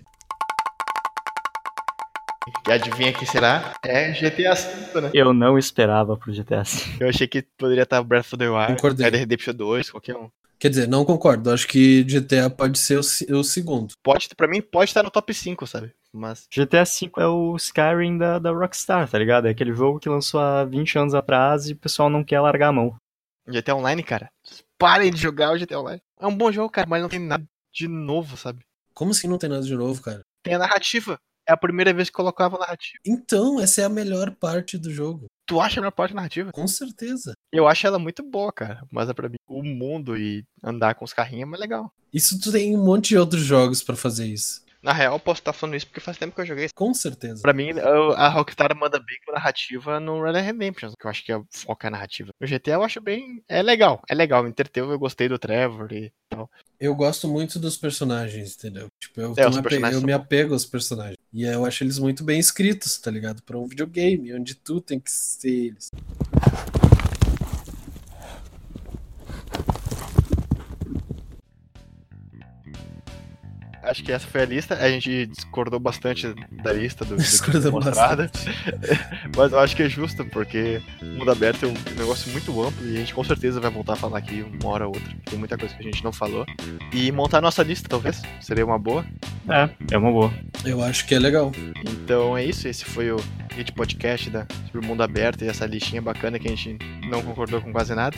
Speaker 1: E adivinha que será? É GTA V, né?
Speaker 3: Eu não esperava pro GTA V.
Speaker 1: Eu achei que poderia estar Breath of the Wild,
Speaker 4: Concordei.
Speaker 1: Red Dead Redemption 2, qualquer um.
Speaker 4: Quer dizer, não concordo. Acho que GTA pode ser o, se- o segundo.
Speaker 1: Pode, pra mim, pode estar no top 5, sabe? Mas
Speaker 3: GTA V é o Skyrim da, da Rockstar, tá ligado? É aquele jogo que lançou há 20 anos atrás e o pessoal não quer largar a mão.
Speaker 1: GTA Online, cara, parem de jogar o GTA Online. É um bom jogo, cara, mas não tem nada de novo, sabe?
Speaker 4: Como assim não tem nada de novo, cara?
Speaker 1: Tem a narrativa. É a primeira vez que colocava narrativa.
Speaker 4: Então, essa é a melhor parte do jogo.
Speaker 1: Tu acha a melhor parte da narrativa?
Speaker 4: Com certeza.
Speaker 1: Eu acho ela muito boa, cara. Mas é pra mim, o mundo e andar com os carrinhos é mais legal.
Speaker 4: Isso tu tem um monte de outros jogos pra fazer isso.
Speaker 5: Na real, posso estar falando isso porque faz tempo que eu joguei.
Speaker 4: Com certeza.
Speaker 1: Pra mim, eu- a Rockstar manda bem com narrativa no Red Dead Redemption, que eu acho que é foca a narrativa. O GTA eu acho bem... É legal, é legal. Me entreteu, eu gostei do Trevor e tal.
Speaker 4: Eu gosto muito dos personagens, entendeu? Tipo, eu,
Speaker 1: É,
Speaker 4: tô
Speaker 1: os
Speaker 4: me ape-
Speaker 1: personagens
Speaker 4: eu
Speaker 1: são
Speaker 4: me apego aos personagens. E eu acho eles muito bem escritos, tá ligado? Pra um videogame, onde tu tem que ser eles.
Speaker 1: Acho que essa foi a lista. A gente discordou bastante da lista do, do
Speaker 4: Discordou
Speaker 1: mostrada. Mas eu acho que é justo, porque o mundo aberto é um negócio muito amplo e a gente com certeza vai voltar a falar aqui uma hora ou outra. Tem muita coisa que a gente não falou. E montar nossa lista, talvez, seria uma boa.
Speaker 3: É, é uma boa.
Speaker 4: Eu acho que é legal.
Speaker 1: Então é isso, esse foi o Hit Podcast da, sobre o mundo aberto e essa listinha bacana que a gente não concordou com quase nada.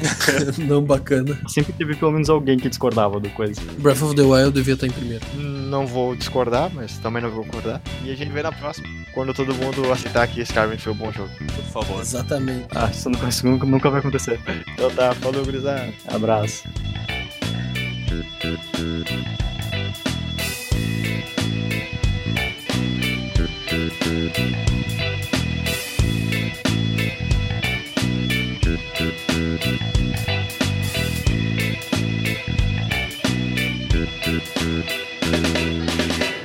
Speaker 4: não bacana.
Speaker 3: Sempre teve pelo menos alguém que discordava do coisa.
Speaker 4: Breath of the Wild devia estar em primeiro.
Speaker 1: Não vou discordar, mas também não vou concordar. E a gente vê na próxima, quando todo mundo aceitar que Skyrim foi um bom jogo.
Speaker 2: Por favor.
Speaker 4: Exatamente.
Speaker 3: Ah, isso nunca, isso nunca- nunca vai acontecer.
Speaker 1: Então tá, falou, gurizada.
Speaker 3: Abraço.